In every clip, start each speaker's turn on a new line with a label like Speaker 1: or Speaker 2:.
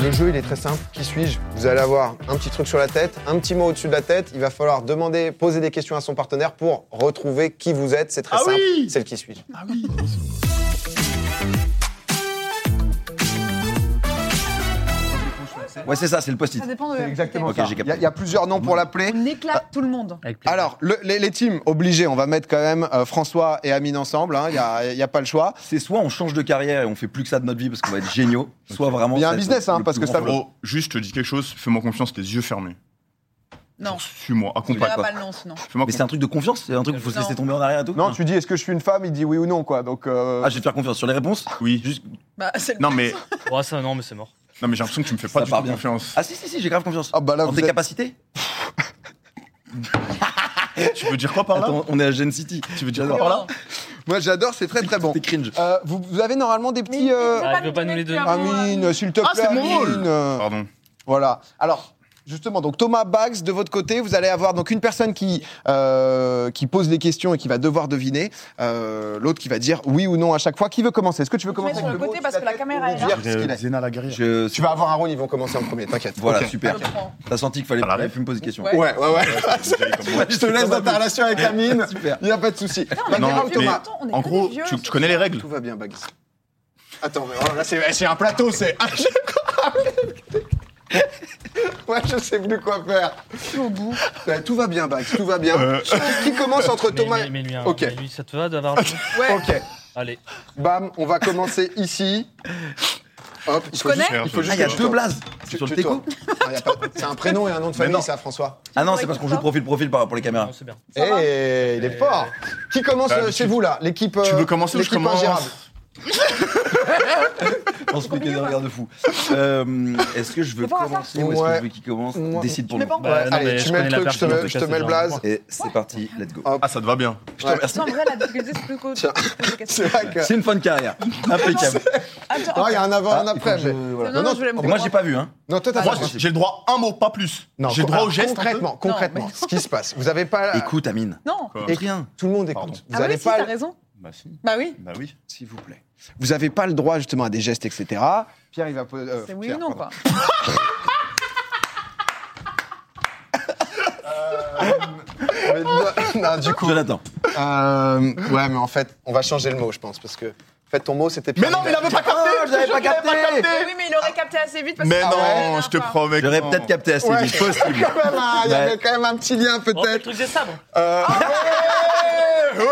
Speaker 1: Le jeu, il est très simple. Qui suis-je Vous allez avoir un petit truc sur la tête, un petit mot au-dessus de la tête. Il va falloir demander, poser des questions à son partenaire pour retrouver qui vous êtes. C'est très
Speaker 2: Ah
Speaker 1: simple.
Speaker 2: oui
Speaker 1: C'est le qui suis-je.
Speaker 2: Ah oui
Speaker 3: Ouais, c'est ça, c'est le post-it.
Speaker 4: Ça dépend de.
Speaker 1: C'est exactement
Speaker 3: Ok,
Speaker 1: ça.
Speaker 3: j'ai
Speaker 1: Il
Speaker 3: capté.
Speaker 1: y, a- il y a plusieurs noms pour l'appeler.
Speaker 4: On éclate tout le monde.
Speaker 5: Avec plaisir.
Speaker 1: Alors, le- les, les teams obligés, on va mettre quand même euh, François et Amine ensemble. hein. Il n'y a, il y a pas le choix.
Speaker 3: C'est soit on change de carrière et on fait plus que ça de notre vie parce qu'on va être géniaux, soit vraiment.
Speaker 1: Il y a un
Speaker 3: ça va être
Speaker 1: business, hein,
Speaker 3: le
Speaker 1: parce
Speaker 3: plus
Speaker 1: que
Speaker 3: grand
Speaker 1: ça-
Speaker 3: flop.
Speaker 6: Bro, Oh, juste, je te dis quelque chose, fais-moi confiance, les yeux fermés.
Speaker 4: Non,
Speaker 6: Genre, Suis-moi,
Speaker 4: tu
Speaker 3: comprends
Speaker 6: accompagne.
Speaker 4: verras
Speaker 3: pas.
Speaker 4: pas le nom sinon.
Speaker 6: Fais-moi
Speaker 3: Mais c'est un truc de confiance C'est un truc où faut se
Speaker 4: Non.
Speaker 3: laisser tomber en arrière et tout
Speaker 1: Non, tu dis est-ce que je suis une femme Il dit oui ou non, quoi. Donc, euh,
Speaker 3: Ah, je vais te faire confiance sur les réponses
Speaker 6: confiance. Oui.
Speaker 3: Juste-
Speaker 4: Bah, c'est le
Speaker 6: Non, mais,
Speaker 5: Oh, ça, non, mais c'est mort.
Speaker 6: non, mais j'ai l'impression que tu me fais
Speaker 3: Ça
Speaker 6: pas du
Speaker 3: part
Speaker 6: tout
Speaker 3: bien.
Speaker 6: confiance.
Speaker 3: Ah si, si, si, j'ai grave confiance.
Speaker 1: ah bah là,
Speaker 3: en
Speaker 1: vous
Speaker 3: tes
Speaker 1: êtes-
Speaker 3: capacités
Speaker 6: Tu veux dire quoi par là
Speaker 3: Attends, on est à Gen City.
Speaker 6: Tu veux dire
Speaker 3: J'adore.
Speaker 6: quoi par là
Speaker 1: moi j'adore, c'est très très bon.
Speaker 3: T'es cringe.
Speaker 1: Euh, vous, vous avez normalement des petits. euh,
Speaker 5: Ah, il veut pas nous les donner.
Speaker 1: Amine, s'il te plaît.
Speaker 2: Ah, c'est mon rôle.
Speaker 1: Amine, euh,
Speaker 6: Pardon.
Speaker 1: Voilà. Alors, justement, donc Thomas Bags, de votre côté, vous allez avoir donc une personne qui, euh, qui pose des questions et qui va devoir deviner, euh, l'autre qui va dire oui ou non à chaque fois. Qui veut commencer Est-ce que tu veux
Speaker 4: te mets
Speaker 1: commencer
Speaker 4: sur
Speaker 1: avec
Speaker 4: le côté
Speaker 1: mot,
Speaker 4: parce
Speaker 1: tu
Speaker 4: que la
Speaker 1: tête,
Speaker 4: caméra
Speaker 1: ou
Speaker 4: est
Speaker 1: dire
Speaker 4: là.
Speaker 1: ce qu'il est
Speaker 7: Zena la guerrière.
Speaker 3: Je...
Speaker 1: Tu vas avoir un rôle, ils vont commencer en premier, t'inquiète.
Speaker 3: Voilà,
Speaker 1: Ok.
Speaker 3: super.
Speaker 4: Je prends.
Speaker 3: T'as senti qu'il fallait
Speaker 6: Par la
Speaker 3: fallait plus me poser de questions.
Speaker 4: Ouais.
Speaker 1: Ouais, ouais, ouais. Je te laisse dans ta relation avec Amine.
Speaker 3: Super.
Speaker 1: Il n'y a pas de souci.
Speaker 4: Non,
Speaker 1: Maintenant,
Speaker 6: Non,
Speaker 4: mais-
Speaker 1: Thomas.
Speaker 4: Attends, on est
Speaker 6: En
Speaker 4: que
Speaker 6: gros,
Speaker 4: des vieux,
Speaker 6: tu, tu
Speaker 4: c'est
Speaker 6: connais les règles Eh,
Speaker 1: Tout va bien, Bags. Attends, mais oh, là, c'est c'est un plateau, c'est.
Speaker 6: Ah,
Speaker 1: Moi, je sais plus quoi faire.
Speaker 4: au bout.
Speaker 1: Ouais, Tout va bien, Bags, tout va bien.
Speaker 6: Euh.
Speaker 1: Qui commence entre
Speaker 5: Mais,
Speaker 1: Thomas
Speaker 5: mais, mais lui, hein,
Speaker 1: Ok.
Speaker 5: mais lui, ça te va d'avoir le nom
Speaker 1: Ok,
Speaker 5: Allez,
Speaker 1: bam, on va commencer ici. Hop, il faut
Speaker 4: connais
Speaker 1: juste-
Speaker 6: Faire,
Speaker 1: Il faut
Speaker 6: je-
Speaker 1: juste
Speaker 3: Ah, il y a
Speaker 1: que tu
Speaker 3: deux
Speaker 1: tournes.
Speaker 3: blazes
Speaker 1: Tu-
Speaker 3: C'est sur le
Speaker 1: tu
Speaker 3: teco
Speaker 1: tournes. Ah, y a pas- C'est un prénom et un nom de
Speaker 6: Mais
Speaker 1: famille,
Speaker 6: non.
Speaker 1: ça, François.
Speaker 3: Ah non, c'est parce qu'on joue profil-profil par rapport les caméras.
Speaker 5: non, c'est bien.
Speaker 1: Eh,
Speaker 4: Ça va
Speaker 1: il est fort. Qui commence
Speaker 6: Bah,
Speaker 1: euh,
Speaker 6: tu-
Speaker 1: chez vous, là L'équipe.
Speaker 6: Tu
Speaker 1: euh,
Speaker 6: veux commencer ou je
Speaker 1: l'équipe
Speaker 6: commence
Speaker 1: ingérable.
Speaker 3: On se met des regards de fou. Euh, Est-ce que je veux
Speaker 4: C'est pas un
Speaker 3: commencer ou est-ce que
Speaker 1: Ouais.
Speaker 3: je veux qu'il commence
Speaker 1: Moi-
Speaker 3: Décide pour
Speaker 4: Je mets
Speaker 3: nous.
Speaker 4: pas en-
Speaker 5: Bah, non,
Speaker 1: Allez,
Speaker 5: mais
Speaker 1: tu
Speaker 5: je
Speaker 1: mets
Speaker 5: connais
Speaker 1: le
Speaker 5: la
Speaker 1: truc, je te
Speaker 5: personne
Speaker 1: mets-
Speaker 5: dans
Speaker 1: je te
Speaker 5: podcast,
Speaker 1: mets le
Speaker 5: c'est vraiment
Speaker 1: blaze.
Speaker 3: Et c'est parti, let's go.
Speaker 1: Hop.
Speaker 6: Ah, ça te va bien.
Speaker 3: Je te remercie.
Speaker 4: Non, en vrai, la difficulté, c'est plus qu'au-
Speaker 1: Tiens.
Speaker 4: plus qu'au-
Speaker 1: C'est vrai que.
Speaker 3: C'est une fin de carrière. Impeccable.
Speaker 4: Attends,
Speaker 1: Ah, il y a un avant,
Speaker 3: Ah,
Speaker 1: un
Speaker 3: il faut
Speaker 1: après.
Speaker 3: que je-
Speaker 1: mais-
Speaker 3: voilà.
Speaker 4: Non, non, je vais me
Speaker 3: Moi, j'ai pas vu, hein.
Speaker 1: Non,
Speaker 4: Ah,
Speaker 1: toi, t'as
Speaker 6: Moi,
Speaker 1: pas-
Speaker 6: j'ai- j'ai le droit à un mot, pas plus.
Speaker 1: Non,
Speaker 6: J'ai le droit
Speaker 1: alors,
Speaker 6: au geste. un peu
Speaker 1: Concrètement, concrètement,
Speaker 4: Non, mais-
Speaker 1: ce qui se passe. Vous avez pas.
Speaker 3: Écoute, Amine.
Speaker 4: non.
Speaker 6: Quoi
Speaker 1: Et-
Speaker 3: Rien,
Speaker 1: Tout le monde écoute.
Speaker 6: Pardon.
Speaker 1: Vous
Speaker 4: Ah
Speaker 1: avez
Speaker 4: oui, si,
Speaker 1: pas.
Speaker 4: t'as raison.
Speaker 6: Bah si.
Speaker 4: Bah oui.
Speaker 6: Bah oui.
Speaker 3: s'il vous plaît.
Speaker 1: Vous avez pas le droit justement à des gestes, etc. Pierre, il va. po- euh,
Speaker 4: C'est oui
Speaker 1: Pierre,
Speaker 4: ou non,
Speaker 1: pardon.
Speaker 4: quoi.
Speaker 1: Mais non, non, du coup.
Speaker 3: Jonathan.
Speaker 1: euh, ouais, mais en fait, on va changer le mot, je pense, parce que. En fait, ton mot, c'était.
Speaker 6: Mais non, mais il avait pas capté
Speaker 3: Ah, je l'avais pas capté.
Speaker 4: Mais oui, mais il aurait capté assez vite parce que.
Speaker 6: Mais
Speaker 4: Ah ouais,
Speaker 6: non,
Speaker 4: la
Speaker 6: je te
Speaker 4: dernière
Speaker 6: promets. que
Speaker 3: J'aurais
Speaker 6: non.
Speaker 3: peut-être capté assez
Speaker 1: Ouais.
Speaker 3: vite, possible.
Speaker 1: Quand même, hein, Il y avait
Speaker 3: Ouais.
Speaker 1: quand même un petit lien,
Speaker 5: Oh, c'est le
Speaker 1: peut-être.
Speaker 5: truc des sabres
Speaker 1: Euh,
Speaker 6: Ouais, ouais.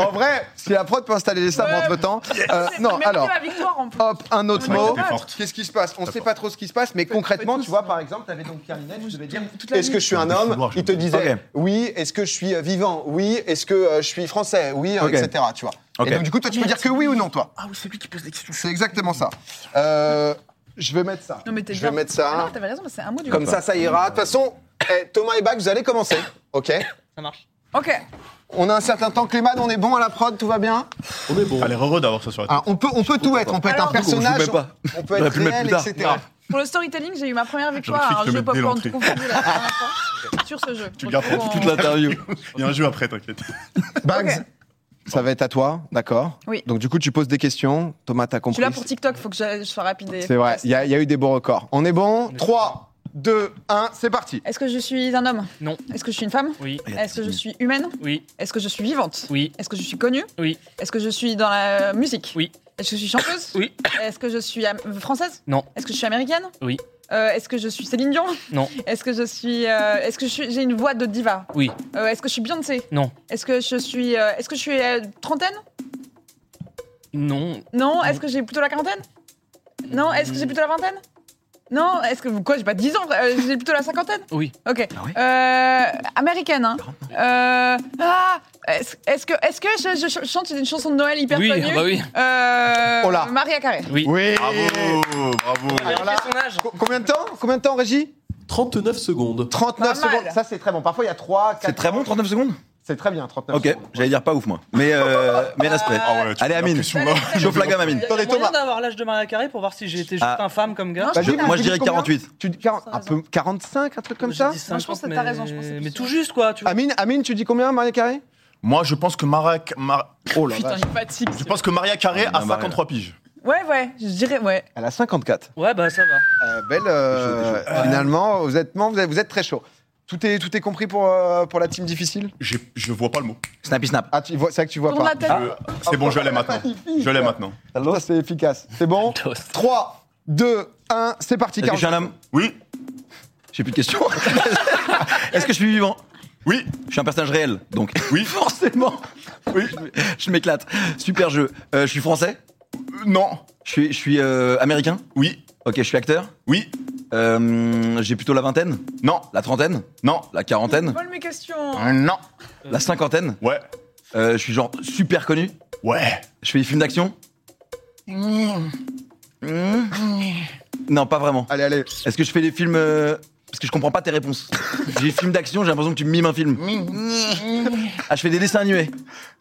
Speaker 1: en vrai, si la prod peut installer les sabres
Speaker 4: Ouais.
Speaker 1: entre temps.
Speaker 4: fois. C'est-
Speaker 1: euh, non,
Speaker 4: mais
Speaker 1: alors.
Speaker 4: c'est la victoire en plus.
Speaker 1: Hop, un autre
Speaker 4: Ouais,
Speaker 1: mot.
Speaker 6: t'es forte.
Speaker 1: Qu'est-ce qui se passe On ne sait pas trop ce qui se passe, mais concrètement, tu vois, par exemple, tu avais donc Caroline, je devais dire
Speaker 4: la
Speaker 1: Est-ce que je suis un homme
Speaker 6: fouloir, je
Speaker 1: Il te disait
Speaker 3: Ok.
Speaker 1: oui. Est-ce que je suis euh, vivant Oui. Est-ce que euh, je suis français Oui, euh,
Speaker 3: Ok.
Speaker 1: etc. Tu vois.
Speaker 3: Ok.
Speaker 1: Et donc, du coup, toi, tu peux dire que oui ou non, toi.
Speaker 2: Ah oui, c'est lui qui pose des questions.
Speaker 1: C'est exactement ça. Euh, je vais mettre ça.
Speaker 4: Non, mais t'es
Speaker 1: je
Speaker 4: bien.
Speaker 1: vais mettre
Speaker 4: Ah
Speaker 1: ça.
Speaker 4: Non, t'avais raison, mais c'est un mot du
Speaker 1: Comme
Speaker 4: coup.
Speaker 1: ça, ça ira. De toute façon, eh, Thomas et Bach, vous allez commencer. OK
Speaker 5: Ça marche.
Speaker 4: Ok.
Speaker 1: On a un certain temps. Clément, on est bon à la prod, tout va bien
Speaker 6: Allez, heureux d'avoir ça sur la tête.
Speaker 1: Ah, On peut, on peut tout être. On peut être
Speaker 4: Alors,
Speaker 1: un
Speaker 4: du
Speaker 3: coup, on joue
Speaker 1: personnage.
Speaker 3: même pas.
Speaker 1: on- On peut
Speaker 3: J'aurais
Speaker 1: être
Speaker 3: pu le mettre
Speaker 1: réel,
Speaker 3: plus tard.
Speaker 1: etc.
Speaker 4: Pour le storytelling, j'ai eu ma première victoire
Speaker 6: J'aurais
Speaker 4: à
Speaker 6: cru
Speaker 4: un
Speaker 6: que je
Speaker 4: jeu
Speaker 6: te mettais
Speaker 4: popcorn
Speaker 6: l'entrée.
Speaker 4: confondu la dernière fois sur ce jeu.
Speaker 6: Tu gardes pour
Speaker 4: On-
Speaker 3: Toute l'interview.
Speaker 6: Il y a un jeu après, t'inquiète.
Speaker 1: Bags,
Speaker 4: Ok.
Speaker 1: ça va être à toi, d'accord
Speaker 4: Oui.
Speaker 1: Donc du coup, tu poses des questions. Thomas, t'as
Speaker 4: Je
Speaker 1: compris.
Speaker 4: suis là pour TikTok, faut que je, je sois rapide. et
Speaker 1: C'est vrai,
Speaker 4: efficace.
Speaker 1: il y, a il y a eu des beaux records. On est bon
Speaker 5: On est
Speaker 1: 3, 2, 1, c'est parti.
Speaker 4: Est-ce que je suis un homme
Speaker 5: Non.
Speaker 4: Est-ce que je suis une femme
Speaker 5: Oui,
Speaker 4: Est-ce que je suis humaine
Speaker 5: oui,
Speaker 4: Est-ce que je suis vivante
Speaker 5: oui,
Speaker 4: Est-ce que je suis connue
Speaker 5: Oui.
Speaker 4: Est-ce que je suis dans la musique
Speaker 5: Oui.
Speaker 4: Est-ce que je suis chanteuse
Speaker 5: Oui.
Speaker 4: Est-ce que je suis am- française
Speaker 5: Non.
Speaker 4: Est-ce que je suis américaine
Speaker 5: Oui.
Speaker 4: Euh, Est-ce que je suis Céline Dion
Speaker 5: Non.
Speaker 4: Est-ce que je suis. euh, Est-ce que je suis- j'ai une voix de diva
Speaker 5: Oui.
Speaker 4: Euh, Est-ce que je suis Beyoncé
Speaker 5: Non.
Speaker 4: Est-ce que je suis. euh, Est-ce que je suis euh, trentaine
Speaker 5: non.
Speaker 4: Non. Est-ce que j'ai plutôt la quarantaine Non. Est-ce que j'ai plutôt la vingtaine Non. Est-ce que. Quoi J'ai pas 10 ans. frère. Euh, j'ai plutôt la cinquantaine
Speaker 5: Oui.
Speaker 4: Ok.
Speaker 3: Ah ouais
Speaker 4: Euh, américaine, hein. Euh, ah, Est-ce est-ce que, est que je, je chante une chanson de Noël hyper
Speaker 5: Oui,
Speaker 4: connue
Speaker 5: ah bah oui.
Speaker 4: Euh,
Speaker 1: Oh là.
Speaker 4: Maria Carré.
Speaker 5: Oui.
Speaker 1: Oui.
Speaker 6: Bravo, bravo.
Speaker 1: Alors là-
Speaker 5: son âge.
Speaker 1: Co- combien de temps Combien de temps, Régie
Speaker 7: 39 secondes.
Speaker 1: 39
Speaker 4: Pas mal.
Speaker 1: secondes. Ça, c'est très bon. Parfois, il y a 3, 4.
Speaker 3: C'est très bon, 39 secondes
Speaker 1: C'est très bien, 39
Speaker 3: Ok,
Speaker 1: secondes.
Speaker 3: j'allais dire pas ouf, moi. Mais, euh, mais respect.
Speaker 6: Ah ouais,
Speaker 3: Allez,
Speaker 6: tu fais la
Speaker 3: Amine.
Speaker 6: pression, là.
Speaker 3: Chauffe la gamme, Amine.
Speaker 5: Il y a
Speaker 1: Attendez,
Speaker 5: moyen
Speaker 1: Thomas.
Speaker 5: d'avoir l'âge de Maria Carré pour voir si j'étais juste
Speaker 3: Ah.
Speaker 5: un femme comme gars.
Speaker 4: Non,
Speaker 1: Bah,
Speaker 3: Je-
Speaker 1: dis-
Speaker 3: moi,
Speaker 1: tu
Speaker 3: je
Speaker 1: dis
Speaker 3: dirais
Speaker 1: combien
Speaker 3: 48.
Speaker 1: Tu dis 40
Speaker 4: T'as
Speaker 1: un
Speaker 4: raison.
Speaker 1: peu 45, un truc comme
Speaker 5: J'ai
Speaker 1: ça
Speaker 5: dit
Speaker 4: Moi, je pense
Speaker 5: 50,
Speaker 4: que
Speaker 5: mais...
Speaker 4: t'as raison, je pense que c'est
Speaker 5: mais
Speaker 4: plus
Speaker 5: tout
Speaker 4: sûr.
Speaker 5: juste, quoi. Tu vois.
Speaker 1: Amine, Amine, tu dis combien, Maria Carré
Speaker 6: Moi, je pense que Maria, Mar-
Speaker 1: Oh la
Speaker 4: Putain,
Speaker 1: vache.
Speaker 4: il fatigue.
Speaker 6: je pense que Maria Carré
Speaker 3: Ah,
Speaker 6: a
Speaker 3: Maria.
Speaker 6: 53 piges.
Speaker 4: Ouais, ouais, je dirais, ouais.
Speaker 1: Elle a 54.
Speaker 5: Ouais, bah ça va.
Speaker 1: Euh, belle. euh,
Speaker 3: Des jeux, des
Speaker 1: Finalement, vous êtes, non, vous êtes, vous êtes très chaud. Tout est, tout est compris pour, euh, pour la team difficile
Speaker 6: J'ai- Je vois pas le mot.
Speaker 3: Snappy snap.
Speaker 1: Ah, tu vois- c'est vrai que tu vois
Speaker 4: Tourne
Speaker 1: pas.
Speaker 4: la tête.
Speaker 6: Je- Ah. C'est bon, je l'ai maintenant.
Speaker 1: Magnifique.
Speaker 6: Je l'ai maintenant.
Speaker 1: Ça, c'est efficace. C'est bon 3, 2, 1, c'est parti.
Speaker 3: Est-ce que
Speaker 1: Carl.
Speaker 3: je suis un homme
Speaker 6: Oui,
Speaker 3: J'ai plus de questions. Est-ce que je suis vivant
Speaker 6: oui,
Speaker 3: Je suis un personnage réel, donc
Speaker 6: Oui.
Speaker 3: forcément,
Speaker 6: oui.
Speaker 3: je m'éclate. Super jeu. Euh, je suis français
Speaker 6: Euh, Non,
Speaker 3: Je suis, je suis euh, américain
Speaker 6: oui,
Speaker 3: Ok, je suis acteur
Speaker 6: oui,
Speaker 3: Euh, J'ai plutôt la vingtaine
Speaker 6: non,
Speaker 3: La trentaine
Speaker 6: non, Euh,
Speaker 3: La quarantaine
Speaker 4: Vole mes questions.
Speaker 6: non.
Speaker 3: La cinquantaine
Speaker 6: Ouais,
Speaker 3: Euh, Je suis genre super connu
Speaker 6: ouais.
Speaker 3: Je fais des films d'action
Speaker 6: Mmh.
Speaker 3: Mmh. Non, pas vraiment.
Speaker 1: Allez, allez.
Speaker 3: Est-ce que je fais des films... euh, Parce que je comprends pas tes réponses. J'ai films d'action, j'ai l'impression que tu mimes un film. Ah, je fais des dessins animés.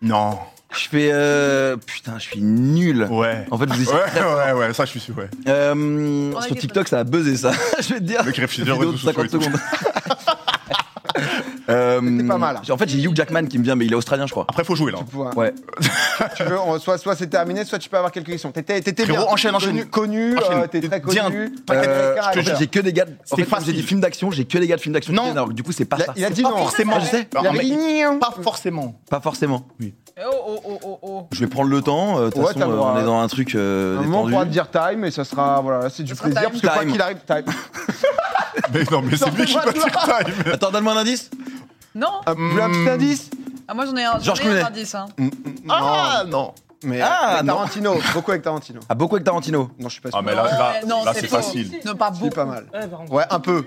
Speaker 6: Non,
Speaker 3: Je fais... euh, Putain, je suis nul.
Speaker 6: ouais.
Speaker 3: En fait, vous essayez...
Speaker 6: Ouais, ouais, ouais, ça je suis sûr, ouais.
Speaker 3: Euh,
Speaker 4: On a
Speaker 3: sur
Speaker 4: des
Speaker 3: TikTok, ça a buzzé ça. je vais te dire.
Speaker 6: Le qui réfléchit
Speaker 3: Vidéo
Speaker 6: aux réseaux
Speaker 3: de
Speaker 6: sociaux et
Speaker 3: 50
Speaker 6: tout.
Speaker 3: secondes. Euh,
Speaker 1: C'était pas mal.
Speaker 3: En fait, j'ai Hugh Jackman qui me vient, mais il est australien, je crois.
Speaker 6: Après, faut jouer là.
Speaker 1: Tu pourras-
Speaker 3: Ouais.
Speaker 1: hein. tu veux, on- soit, soit c'est terminé, soit tu peux avoir quelques questions. T'étais, t'étais
Speaker 6: Frérot,
Speaker 1: bien.
Speaker 6: enchaîne,
Speaker 1: Connu-
Speaker 6: enchaîne.
Speaker 1: Connu, euh,
Speaker 6: Enchaîne.
Speaker 1: t'es très
Speaker 6: Dis un
Speaker 1: connu.
Speaker 6: paquet de
Speaker 1: euh,
Speaker 6: trucs, je te
Speaker 1: caractère.
Speaker 3: J'ai que des gars. de- En
Speaker 6: C'était
Speaker 3: fait, comme j'ai
Speaker 6: facile.
Speaker 3: des films d'action, j'ai que des gars de films d'action.
Speaker 6: Non.
Speaker 3: qui viennent, alors du coup, c'est pas
Speaker 1: Il a,
Speaker 3: ça.
Speaker 1: il a dit non. hein.
Speaker 6: forcément.
Speaker 3: Ah, je sais.
Speaker 1: Il a hein.
Speaker 6: Alors, Bah, mais-
Speaker 1: dit non.
Speaker 6: Pas forcément.
Speaker 3: Pas forcément.
Speaker 4: Oh, oh, oh, oh, oh.
Speaker 3: Je vais prendre le temps. euh, De toute
Speaker 1: Ouais,
Speaker 3: façon,
Speaker 1: t'as le
Speaker 3: euh,
Speaker 1: droit.
Speaker 3: on est dans un truc euh,
Speaker 1: Un moment, on
Speaker 3: détendu.
Speaker 1: pourra te dire time, et ça sera. Voilà, c'est du
Speaker 4: sera
Speaker 1: plaisir.
Speaker 4: time.
Speaker 1: Parce que quoi
Speaker 3: Time.
Speaker 1: qu'il arrive, time.
Speaker 6: Mais non, mais c'est lui qui
Speaker 1: Sortez-moi
Speaker 6: va
Speaker 1: de
Speaker 6: dire time.
Speaker 3: Attends, donne-moi un indice.
Speaker 4: Non
Speaker 1: Euh,
Speaker 6: Hmm.
Speaker 1: vous voulez un petit indice
Speaker 4: ah, Moi, j'en ai un. j'en
Speaker 3: Georges
Speaker 4: ai un
Speaker 3: Clooney.
Speaker 4: indice, hein.
Speaker 6: Ah non.
Speaker 1: Mais
Speaker 3: Ah,
Speaker 1: avec
Speaker 3: non.
Speaker 1: Tarantino. Beaucoup avec Tarantino.
Speaker 3: Ah, beaucoup avec Tarantino.
Speaker 1: Non, je suis pas sûr.
Speaker 6: Ah, mais là, là,
Speaker 4: Ouais, non,
Speaker 6: là
Speaker 4: c'est
Speaker 6: c'est
Speaker 4: faux.
Speaker 6: facile.
Speaker 4: Non, pas
Speaker 1: C'est
Speaker 4: beaucoup.
Speaker 1: pas mal.
Speaker 5: Ouais, par contre.
Speaker 1: Ouais, un peu.